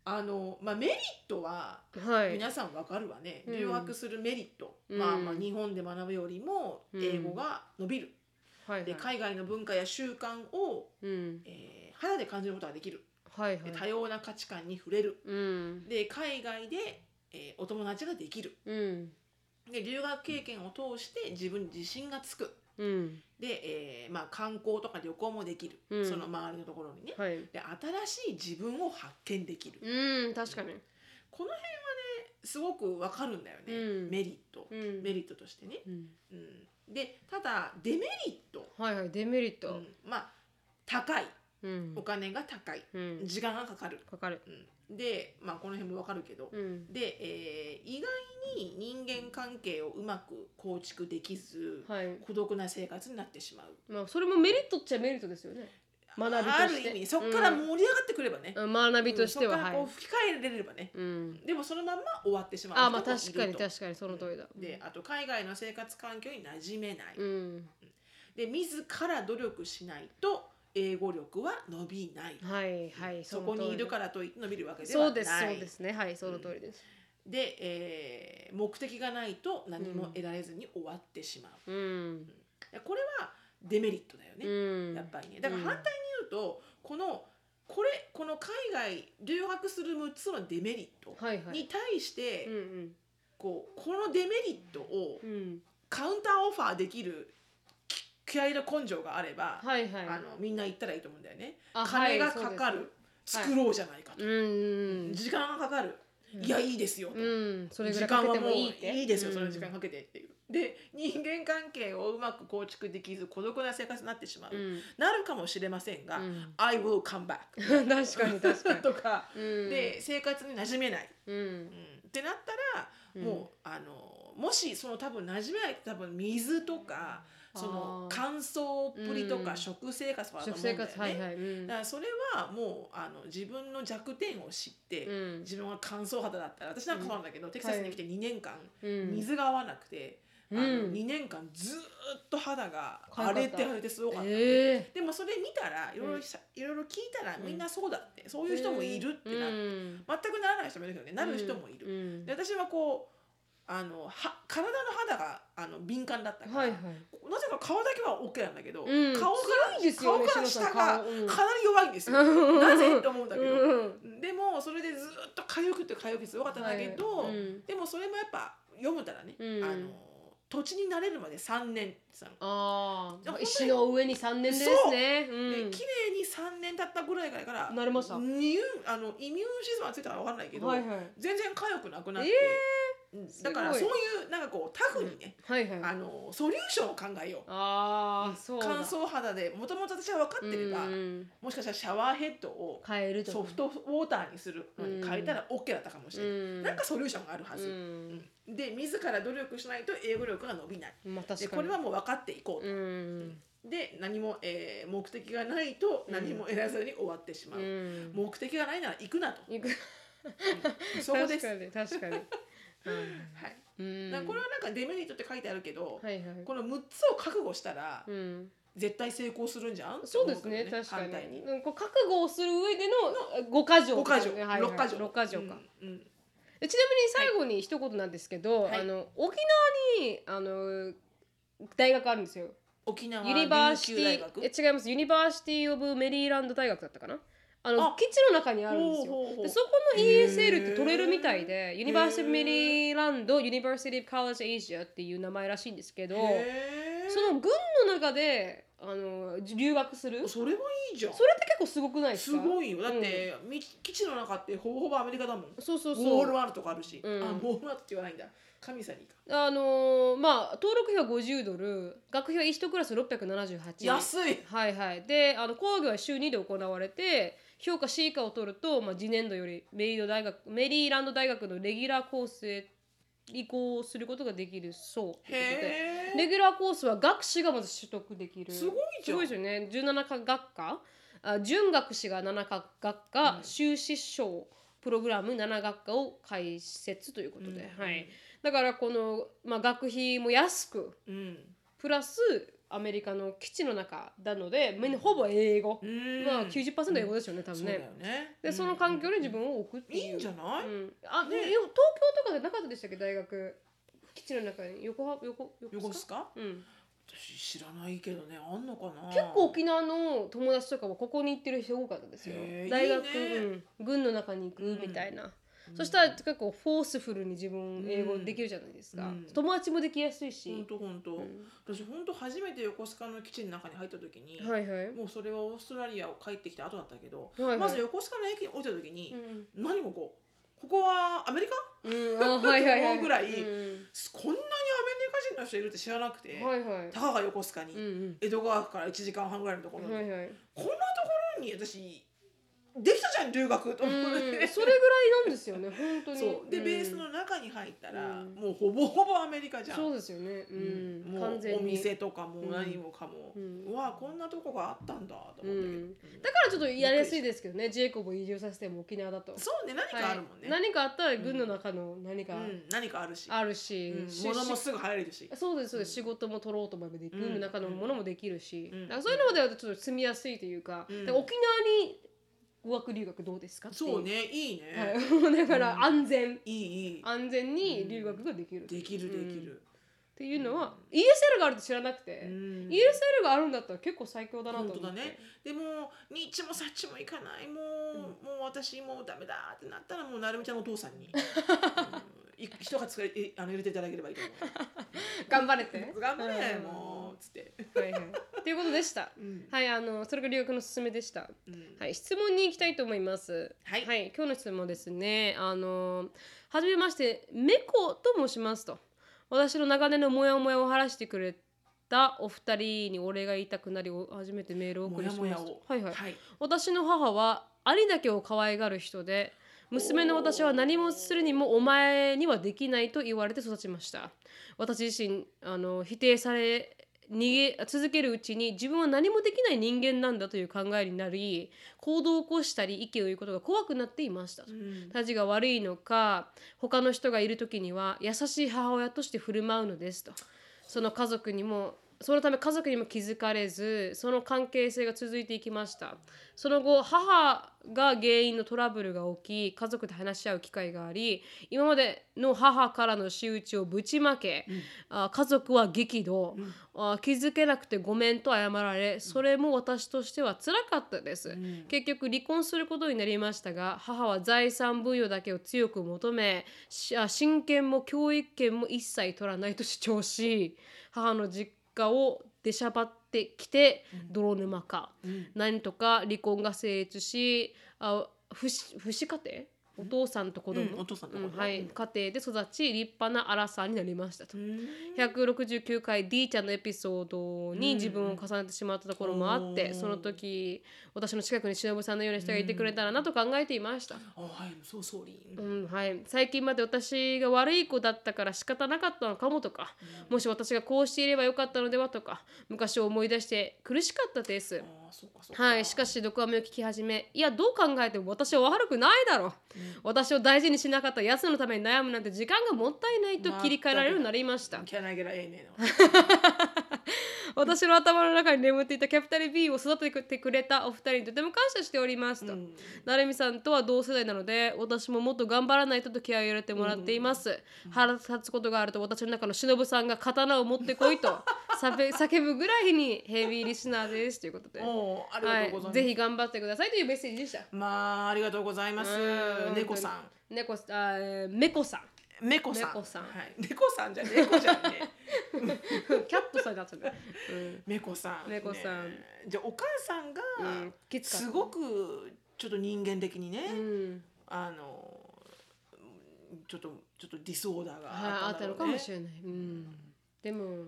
S2: あの、まあ、メリットは
S1: はい。
S2: 皆さんわかるわね、
S1: うん
S2: 留学するメリット、
S1: うん
S2: まあ、まあ日本で学ぶよりも
S1: うん
S2: 英語が伸びる、
S1: はいはい
S2: で海外の文化や習慣を、
S1: うん
S2: えー肌で感じることができる
S1: はいは
S2: で
S1: い。
S2: 多様な価値観に触れる
S1: うん
S2: で海外で、えーお友達ができる
S1: うん
S2: で留学経験を通して自分に自信がつく
S1: うん
S2: で、えーまあ、観光とか旅行もできる、
S1: うん
S2: その周りのところにね、
S1: はい。
S2: で新しい自分を発見できる、
S1: うん確かに。
S2: この辺はねすごくわかるんだよね、
S1: うん
S2: メリット、
S1: うん
S2: メリットとしてね、
S1: うん
S2: うん、でただデメリット、
S1: はいはいデメリッ
S2: う
S1: ト。
S2: んまあ高い
S1: うん
S2: お金が高い
S1: うん
S2: 時間がかかる、
S1: かかる。
S2: うん、でまあこの辺もわかるけど、
S1: うん
S2: で、えー意外に人間関係をうまく構築できず、
S1: はい。
S2: 孤独な生活になってしまう
S1: まあそれもメリットっちゃメリットですよね。学び
S2: あ
S1: と
S2: る
S1: して
S2: 意味そこから
S1: うん
S2: 盛り上がってくればね、
S1: うん学びとしては、
S2: うんそこから
S1: は
S2: こ
S1: い、
S2: う吹き替えれればね、
S1: うん、
S2: でもそのまんま終わってしまう
S1: あまあ
S2: 人も
S1: 確か
S2: いる
S1: に
S2: と
S1: 確かにその通りだ
S2: であと海外の生活環境に馴染めない、
S1: うん
S2: で自ら努力しないと英語力は伸びない、
S1: はいはい
S2: そこにいる
S1: ら
S2: からといって伸びるわけでは
S1: そ
S2: ないう
S1: ですそうですねはいその通りです
S2: でえー目的がないと何も得られずに終わってしまう、
S1: うん
S2: これはデメリットだよ
S1: う
S2: ね、
S1: ん
S2: やっぱりねだから反対に言うと、このこれこの海外留学する6つのデメリット
S1: はいはい
S2: に対して、
S1: うんうん
S2: こうこのデメリットを
S1: うん
S2: カウンターオファーできる気合いの根性があれば、
S1: はいはい
S2: あのみんな行ったらいいと思うんだよね。
S1: あ
S2: 金がかか
S1: はい
S2: る、
S1: はい
S2: 作ろうじゃないか
S1: そ
S2: と、
S1: うです
S2: 時間がかかる、
S1: うん
S2: いやいいですよと、
S1: うんうんうんそれぐらい
S2: 時
S1: か
S2: 間
S1: け
S2: は
S1: て
S2: も
S1: も
S2: う
S1: い
S2: い
S1: いって
S2: いですよ、
S1: うん
S2: その時間かけてっていう。で人間関係をうまく構築できず孤独な生活になってしまう、
S1: うん
S2: なるかもしれませんが、
S1: うん
S2: I will come back
S1: 確かに確かに
S2: とか、
S1: うん
S2: で生活に馴染めない、
S1: うん
S2: うんってなったら、
S1: うん
S2: もうあのもしその多分馴染めない多分水とかそ
S1: あー
S2: の乾燥っぷりと
S1: う
S2: か
S1: ん
S2: 食生活とかだと
S1: 食
S2: 思うんだ
S1: 生
S2: よね。
S1: 活はいはいうん
S2: だからそれはもうあの自分の弱点を知って、
S1: うん
S2: 自分は乾燥肌だったら私なんかそうなんだけど、テキサスに来て2年間、
S1: うん
S2: 水が合わなくて、
S1: うん
S2: あの2年間ずーっと肌が荒れて
S1: 乾かなかった
S2: 荒れてすごかったの、
S1: ええ
S2: でもそれ見たらいろいろさいろいろ聞いたら
S1: うん
S2: みんなそうだって、そういう人もいるってなって、
S1: うん
S2: 全くならない人もいるけどねなる人もいる、
S1: うん
S2: で私はこうあのは体の肌があの敏感だったから、
S1: はいはい
S2: なぜか顔だけは OK なんだけど、
S1: うん
S2: 顔から
S1: 強いですよね
S2: 顔から
S1: シノさん
S2: 下がか
S1: 顔
S2: な
S1: うん
S2: り弱いんですよ、
S1: うん
S2: なぜと思うんだけど、
S1: うん
S2: でもそれでずっと痒くて痒くてよかったんだけど、
S1: はいうん
S2: でもそれもやっぱ読むたらね、
S1: うん
S2: あの土地に慣れるまで3年って言ってたの
S1: あ
S2: で
S1: あ
S2: も本当に
S1: 石の上に3年ですねう
S2: で
S1: ん
S2: 綺麗に3年経ったぐらいから
S1: なりました
S2: ニューあのイミューンシステムがついたか分かんないけど、
S1: はいはい
S2: 全然痒くなくなって、うん
S1: すご
S2: だ
S1: い
S2: からそういうなんかこうタフにね、
S1: はいはい
S2: あのソリューションを考えよう。
S1: ああそうだ
S2: 乾燥肌でもともと私は分かってれば、
S1: うんうん
S2: もしかしたらシャワーヘッドを
S1: 変えるとか
S2: ソフトウォーターにするのに変えたら OK だったかもしれない、
S1: うん
S2: なんかソリューションがあるはず、
S1: うん
S2: うんで自ら努力しないと英語力が伸びない
S1: まあ確か
S2: で
S1: に
S2: これはもう分かっていこう
S1: う
S2: と、
S1: ん
S2: で何も、えー目的がないと何も得られずに終わってしまう、
S1: うん
S2: 目的がないなら行くなと、
S1: いく
S2: そこで
S1: 確
S2: す、
S1: か
S2: は
S1: に確かに
S2: い、
S1: うん
S2: だからこれはなんかデメリットって書いてあるけど、
S1: はいはい
S2: この6つを覚悟したら
S1: うん
S2: 絶対成功するんじゃんって
S1: そう
S2: 思
S1: ですね
S2: けど
S1: 確か
S2: 反対
S1: にうんこう覚悟をする上での五箇条
S2: 五箇条、
S1: はいはい
S2: 六箇条、
S1: 六箇条か
S2: うんうん
S1: えちなみに最後に一言なんですけど、
S2: はい
S1: あの沖縄にあの大学あるんですよ。
S2: 沖縄
S1: ユニバーシ
S2: 琉
S1: テ
S2: 球大
S1: ィ
S2: 学
S1: え違いますユニバーシティ・オブ・メリーランド大学だったかなあの
S2: あ
S1: 基地の中にあるんですよ
S2: ほうほうほう
S1: でそこの
S2: へー
S1: ESL って取れるみたいでユニバーシティ・メリーランドユニバーシティ・カレッジ・エイジアっていう名前らしいんですけど
S2: へー
S1: その軍の中であの留学するそれ
S2: それもいいじゃん
S1: って結構すごくないです
S2: す
S1: か
S2: ごいよだって、み基地の中ってほぼほぼアメリカだもん
S1: そうそうそう
S2: ウォールワールとかあるし、
S1: うん
S2: あウォールワールって言わないんだ神様にか
S1: あのーまあ登録費は50ドル学費は1クラス678円
S2: 安い
S1: はいはいであの講義は週2で行われて評価 C 以下を取ると、まあ、次年度よりメリード大学メリーランド大学のレギュラーコースへ移行することができるそうということで
S2: へえ
S1: レギュラーコースは学士がまず取得できる
S2: すごいじ
S1: す
S2: ゃん
S1: ごいですよね17か学科あ準学士が7か学科、
S2: うん
S1: 修士賞プログラム7学科を開設ということで、はい、だからこの、まあ、学費も安く
S2: うん
S1: プラスアメリカの基地の中なのでみんなほぼ英語、
S2: うん
S1: まあ90%英語ですよね、多
S2: そ
S1: 分
S2: うだ
S1: ね
S2: よね
S1: でその環境に自
S2: を
S1: 分を置くって
S2: い
S1: いう
S2: いんじゃない、
S1: うん、あ、
S2: ね
S1: でよ東京とかでなかったでしたっけ大学基地の中に横浜横横須賀
S2: 横須賀
S1: うん、
S2: 私知らないけどねあんのかな
S1: 結構沖縄の友達とかはここに行ってる人多かったですよ
S2: へー
S1: 大学
S2: いいね
S1: うん、軍の中に行くみたいな、
S2: うん
S1: そしたら結構フォースフルに自分英語できるじゃないですか、
S2: うん
S1: 友達もできやすい
S2: ほん
S1: し、
S2: とほんと、
S1: うん
S2: 私ほんと初めて横須賀の基地の中に入った時に、
S1: はいはい
S2: もうそれはオーストラリアを帰ってきた後だったけど、
S1: はいはい
S2: まず横須賀の駅に降りた時に
S1: う、ん
S2: 何ここここはアメリカ
S1: うん、あはいはいは
S2: 思
S1: いう
S2: ぐらい
S1: うん
S2: こんなにアメリカ人の人いるって知らなくて、
S1: はいはい
S2: たかが横須賀に、
S1: うん
S2: 江戸川区から1時間半ぐらいのとこ
S1: う
S2: ろ
S1: ん
S2: に、
S1: はいはい
S2: こんなところに私できたじゃん留学と
S1: うん
S2: 思って、
S1: それぐらいなんですよね本当に
S2: そうで
S1: ん
S2: ベースの中に入ったら、
S1: うん
S2: もうほぼほぼアメリカじゃん
S1: そうですよねう、
S2: うんも
S1: 完
S2: う
S1: 全に
S2: お店とかも
S1: うん
S2: 何もかも、
S1: う
S2: うんわこんなとこがあったんだと思ったけど、
S1: う
S2: うんん
S1: だからちょっとやりやすいですけどねジェイコブを移住させても沖縄だと
S2: そうね何かあるもんね、
S1: はい何かあったら軍の中の何か
S2: うん、何かあるし
S1: あるし,
S2: うん
S1: し、
S2: 物も
S1: し
S2: すぐ入れるし
S1: そうですそうです、仕事も取ろうと思えばできる、
S2: うん
S1: 軍の中のものもできるし、
S2: うん
S1: だからそういうのまではちょっと住みやすいというか,、
S2: うん
S1: だから沖縄に語学留学どうですかっていう
S2: そうねいいね、
S1: はい、 だから
S2: うん
S1: 安全、
S2: い、いいい
S1: 安全に留学ができる、っ
S2: できるできる、
S1: ていうのは、ESL があるって知らなくて、
S2: うん
S1: ESL があるんだったら結構最強だなと思って
S2: 本当だねでもニッチもサッチもいかないもう、もう私もうダメだってなったらもうなるみちゃんのお父さん に、うん、い人が作れえあの入れていただければいいと思
S1: 頑張れて
S2: う頑張れ、
S1: うん
S2: もうつって、
S1: はいはいっていうことでした
S2: うん
S1: はいあのそれが留学のすすめでした
S2: うん
S1: はい、質問に行きたいと思います。
S2: はい
S1: 今日の質問ですね。あの、はじめまして、メコと申しますと。私の長年のモヤモヤを晴らしてくれたお二人にお礼が言いたくなり、お初めてメールをお送
S2: も
S1: り
S2: や
S1: し
S2: も
S1: ま
S2: や
S1: す
S2: を
S1: はいはい。
S2: はい
S1: 私の母は兄だけを可愛がる人で、娘の私は何もするにもお前にはできないと言われて育ちました。私自身あの否定され逃げ続けるうちに自分は何もできない人間なんだという考えになり行動を起こしたり意見を言うことが怖くなっていました
S2: う。ん
S1: たちが悪いのか他の人がいる時には優しい母親として振る舞うのですとその家族にもそのため家族にも気づかれずその関係性が続いていきましたその後母が原因のトラブルが起き家族で話し合う機会があり今までの母からの仕打ちをぶちまけ、
S2: うん
S1: あ家族は激怒、
S2: うん
S1: あ気づけなくてごめんと謝られそれも私としては辛かったです、
S2: うん
S1: 結局離婚することになりましたが母は財産分与だけを強く求めしあ親権も教育権も一切取らないと主張し母の実家を出しゃばってきて
S2: うん
S1: 泥沼化
S2: うん
S1: 何とか離婚が成立しあ不死不死家庭お父さんと子供、
S2: うんお父さんと
S1: う
S2: 子
S1: ん
S2: 供
S1: はい、家庭で育ち立派なアラサーになりましたと
S2: う。ん
S1: 169回 D ちゃんのエピソードに自分を重ねてしまったところもあって、
S2: うん
S1: その時私の近くに忍さんのような人がいてくれたらなと考えていました、
S2: あはいそうそうりん
S1: うんはい、最近まで私が悪い子だったから仕方なかったのかもとかもし私がこうしていればよかったのではとか昔を思い出して苦しかったです、
S2: あそうかそうか
S1: はい、しかし毒アメを聞き始めいやどう考えても私は悪くないだろう私を大事にしなかったやつのために悩むなんて時間がもったいないと切り替えられるようになりました
S2: Can I get a amen?
S1: 私の頭の中に眠っていたキャピタル B を育ててくれたお二人にとても感謝しておりますと、
S2: うん
S1: なるみさんとは同世代なので私ももっと頑張らないとと気合を入れてもらっています、腹立つことがあると私の中の忍さんが刀を持ってこいと さべ叫ぶぐらいにヘビーリスナーですということで、は
S2: おーありがとうございます
S1: ぜひ頑張ってくださいというメッセージでした
S2: まあありがとうございます
S1: うん
S2: 猫さん
S1: 猫さんあー猫さん
S2: 猫さん。
S1: 猫さん
S2: はい。猫さんじゃ猫じゃんね。
S1: キャットさんだったね、うん
S2: 猫さん。
S1: 猫さん
S2: ね。じゃあお母さんが
S1: うんきつかった
S2: すごくちょっと人間的にね、
S1: うん、
S2: あのちょっとちょっとディスオーダーが
S1: ああっ
S2: あっ
S1: た
S2: た
S1: の
S2: の
S1: か
S2: か
S1: も
S2: も
S1: し
S2: し
S1: れ
S2: れ
S1: な
S2: ないい。、
S1: うん、でも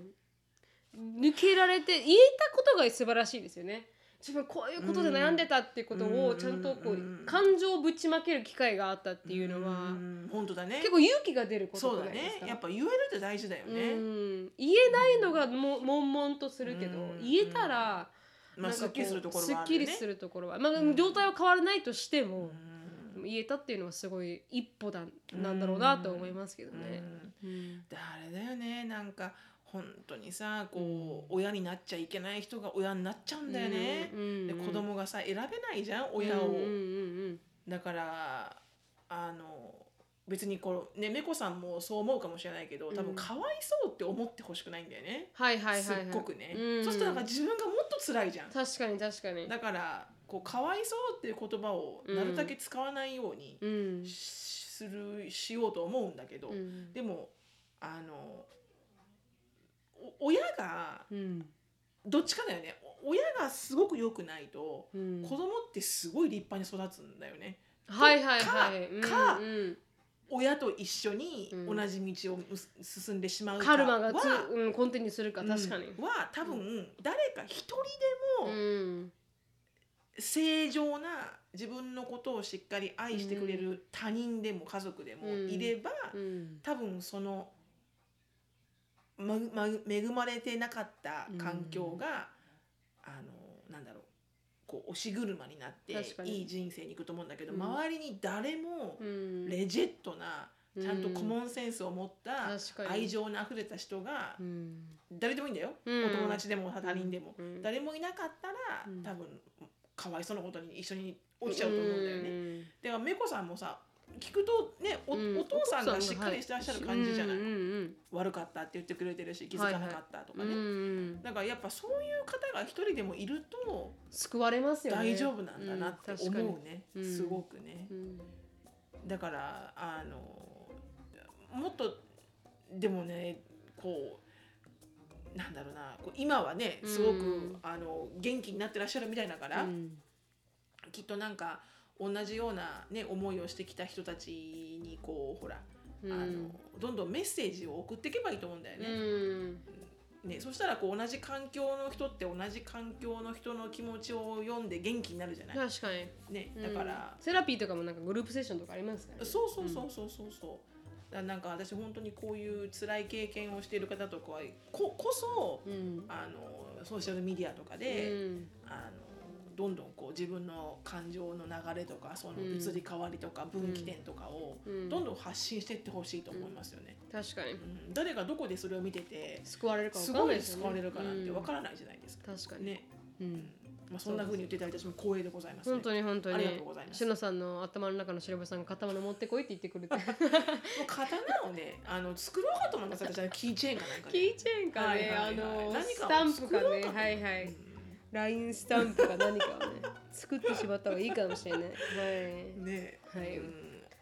S1: 抜けられて言えたことが素晴らしいですよね自分こういうことで悩んでたっていうことを
S2: うん
S1: ちゃんとこう
S2: うん
S1: 感情をぶちまける機会があったっていうのは
S2: うん本当だね。
S1: 結構勇気が出ること
S2: そう
S1: じゃ
S2: だ
S1: ないです
S2: ね。
S1: か
S2: やっぱ言えるって大事だよ
S1: う
S2: ね。
S1: ん言えないのがも悶々とするけど
S2: うん
S1: 言えたら
S2: まあ
S1: なん
S2: す
S1: か
S2: っきりするところは
S1: す
S2: あ
S1: っき
S2: るよ
S1: り
S2: ね。
S1: するところはまあ状態は変わらないとしても
S2: うん
S1: 言えたっていうのはすごい一歩だなんだろうなと思いますけどね。
S2: うん
S1: うん
S2: であれだよねなんか本当にさこう、親になっちゃいけない人が親になっちゃうんだよね、
S1: うんうん
S2: で
S1: うん
S2: 子供がさ選べないじゃん親を、
S1: うんうんうん
S2: だからあの別にこのねめこさんもそう思うかもしれないけど多
S1: うん
S2: 分かわいそうって思ってほしくないんだよね、
S1: はいはいはい、はい、
S2: すっごくね、
S1: うん
S2: そしたらなんか自分がもっと辛いじゃん
S1: 確かに確かに
S2: だからこうかわいそうっていう言葉をなるだけ使わないように
S1: うん
S2: しするしようと思うんだけど、
S1: うん
S2: でもあのお親が
S1: うん
S2: どっちかだよねお親がすごく良くないと
S1: うん
S2: 子供ってすごい立派に育つんだよね
S1: はいはいはいうん
S2: か
S1: うん
S2: 親と一緒に
S1: うん
S2: 同じ道をむす進んでしまうか
S1: カルマがつ
S2: は、
S1: うん、コンティニューするか確かに
S2: うんは多分誰か一人で
S1: う
S2: も
S1: ん
S2: 正常な自分のことをしっかり愛してくれる他人でも家族でも
S1: うん
S2: いれば、
S1: うん
S2: 多分その、まま、恵まれてなかった環境が、あのなんだろうこう押し車になって
S1: 確かに
S2: いい人生に行くと思うんだけど、
S1: うん
S2: 周りに誰も
S1: うん
S2: レジェットな、ちゃんとコモンセンスを持った
S1: 確かに
S2: 愛情の溢れた人が
S1: うん
S2: 誰でもいいんだよ、
S1: うん
S2: お友達でも他人でも、
S1: うん
S2: 誰もいなかったら、
S1: うん
S2: 多分かわいそうなことに一緒に落ちちゃうと思うんだよね。
S1: ね。
S2: ではめこさんもさ聞くとねお,、
S1: うん
S2: お父さんがしっかりしてらっしゃる感じじゃない、
S1: うんうん
S2: 悪かったって言ってくれてるし気づかなかったと
S1: うん
S2: か
S1: うん
S2: ね、
S1: うん
S2: だからやっぱそういう方が一人でもいると
S1: 救われますよね。
S2: 大丈夫なんだなって
S1: うん
S2: 思うね、
S1: うん
S2: すごくね、
S1: うん
S2: だからあのもっとでもねこうなんだろうなこう今はねすごく、
S1: うん
S2: あの元気になってらっしゃるみたいだから、
S1: うん
S2: きっとなんか同じような、ね、思いをしてきた人たちにこうほら
S1: うん
S2: あのどんどんメッセージを送っていけばいいと思うんだよ
S1: う
S2: ね。
S1: ん
S2: ねそしたらこう同じ環境の人って同じ環境の人の気持ちを読んで元気になるじゃない。
S1: 確かに。
S2: ね
S1: うん
S2: だから、
S1: セラピーとかもなんかグループセッションとかありますからね。
S2: そうそうそうそうそうそう。だからなんか私本当にこういう辛い経験をしている方とかはここそ
S1: うん。
S2: あのソーシャルメディアとかで、
S1: うん
S2: あのどんどんこう自分の感情の流れとかその
S1: うん
S2: 移り変わりとか分岐点とかを
S1: うん
S2: どんどん発信していってほしいと思いますよね、
S1: 確かに
S2: うん誰がどこでそれを見てて
S1: 救われるかわ
S2: す
S1: かん
S2: ご
S1: ない
S2: い
S1: ですよね。
S2: 救われるかなんてわか
S1: ん
S2: らないじゃないですか、
S1: 確かに。
S2: ね、
S1: う
S2: うんん。まあ、そんなふうに言っていただいて私も光栄でございます、ね、
S1: 本当に本当に。
S2: ありがとうございます
S1: しのさんの頭の中の白部さんが刀持ってこいって言ってくれて。
S2: もう刀をねあの作ろうかと思いました私はキーチェーンかなんか
S1: キ
S2: で、
S1: ーチェーンかね、
S2: はいはいはい
S1: あの
S2: 何
S1: ス
S2: か
S1: タ
S2: を
S1: ンプ
S2: 作
S1: か
S2: ろう
S1: ね、
S2: かと
S1: はいは
S2: う
S1: い。
S2: ん
S1: ラインスタンプか何かをね、作ってしまった方がいいかもしれない。はい。
S2: ね、
S1: はい
S2: うん、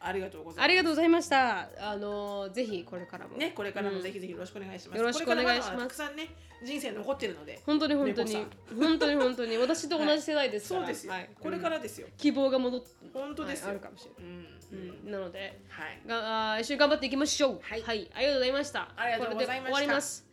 S2: ありがとうございます
S1: ありがとうございました。あのぜひこれからも。
S2: ね、これからもぜひぜひよろしくお願いします。
S1: よろしくお願いします
S2: これからだだたくさんね、人生残ってるので。
S1: 本当に本当に
S2: 猫
S1: 本当に本当に私と同じ世代ですから。
S2: そうですよ
S1: はい。
S2: これからですよ。
S1: 希望が戻って
S2: 本当です
S1: はいあ
S2: よ
S1: る。かもしれな
S2: うん、う
S1: い。うん
S2: ん、
S1: なので
S2: はい。
S1: があー一緒に頑張っていきましょう。
S2: はい
S1: ありがとうございました。
S2: ありがとうございま
S1: これで終
S2: した
S1: わります。はい。
S2: はい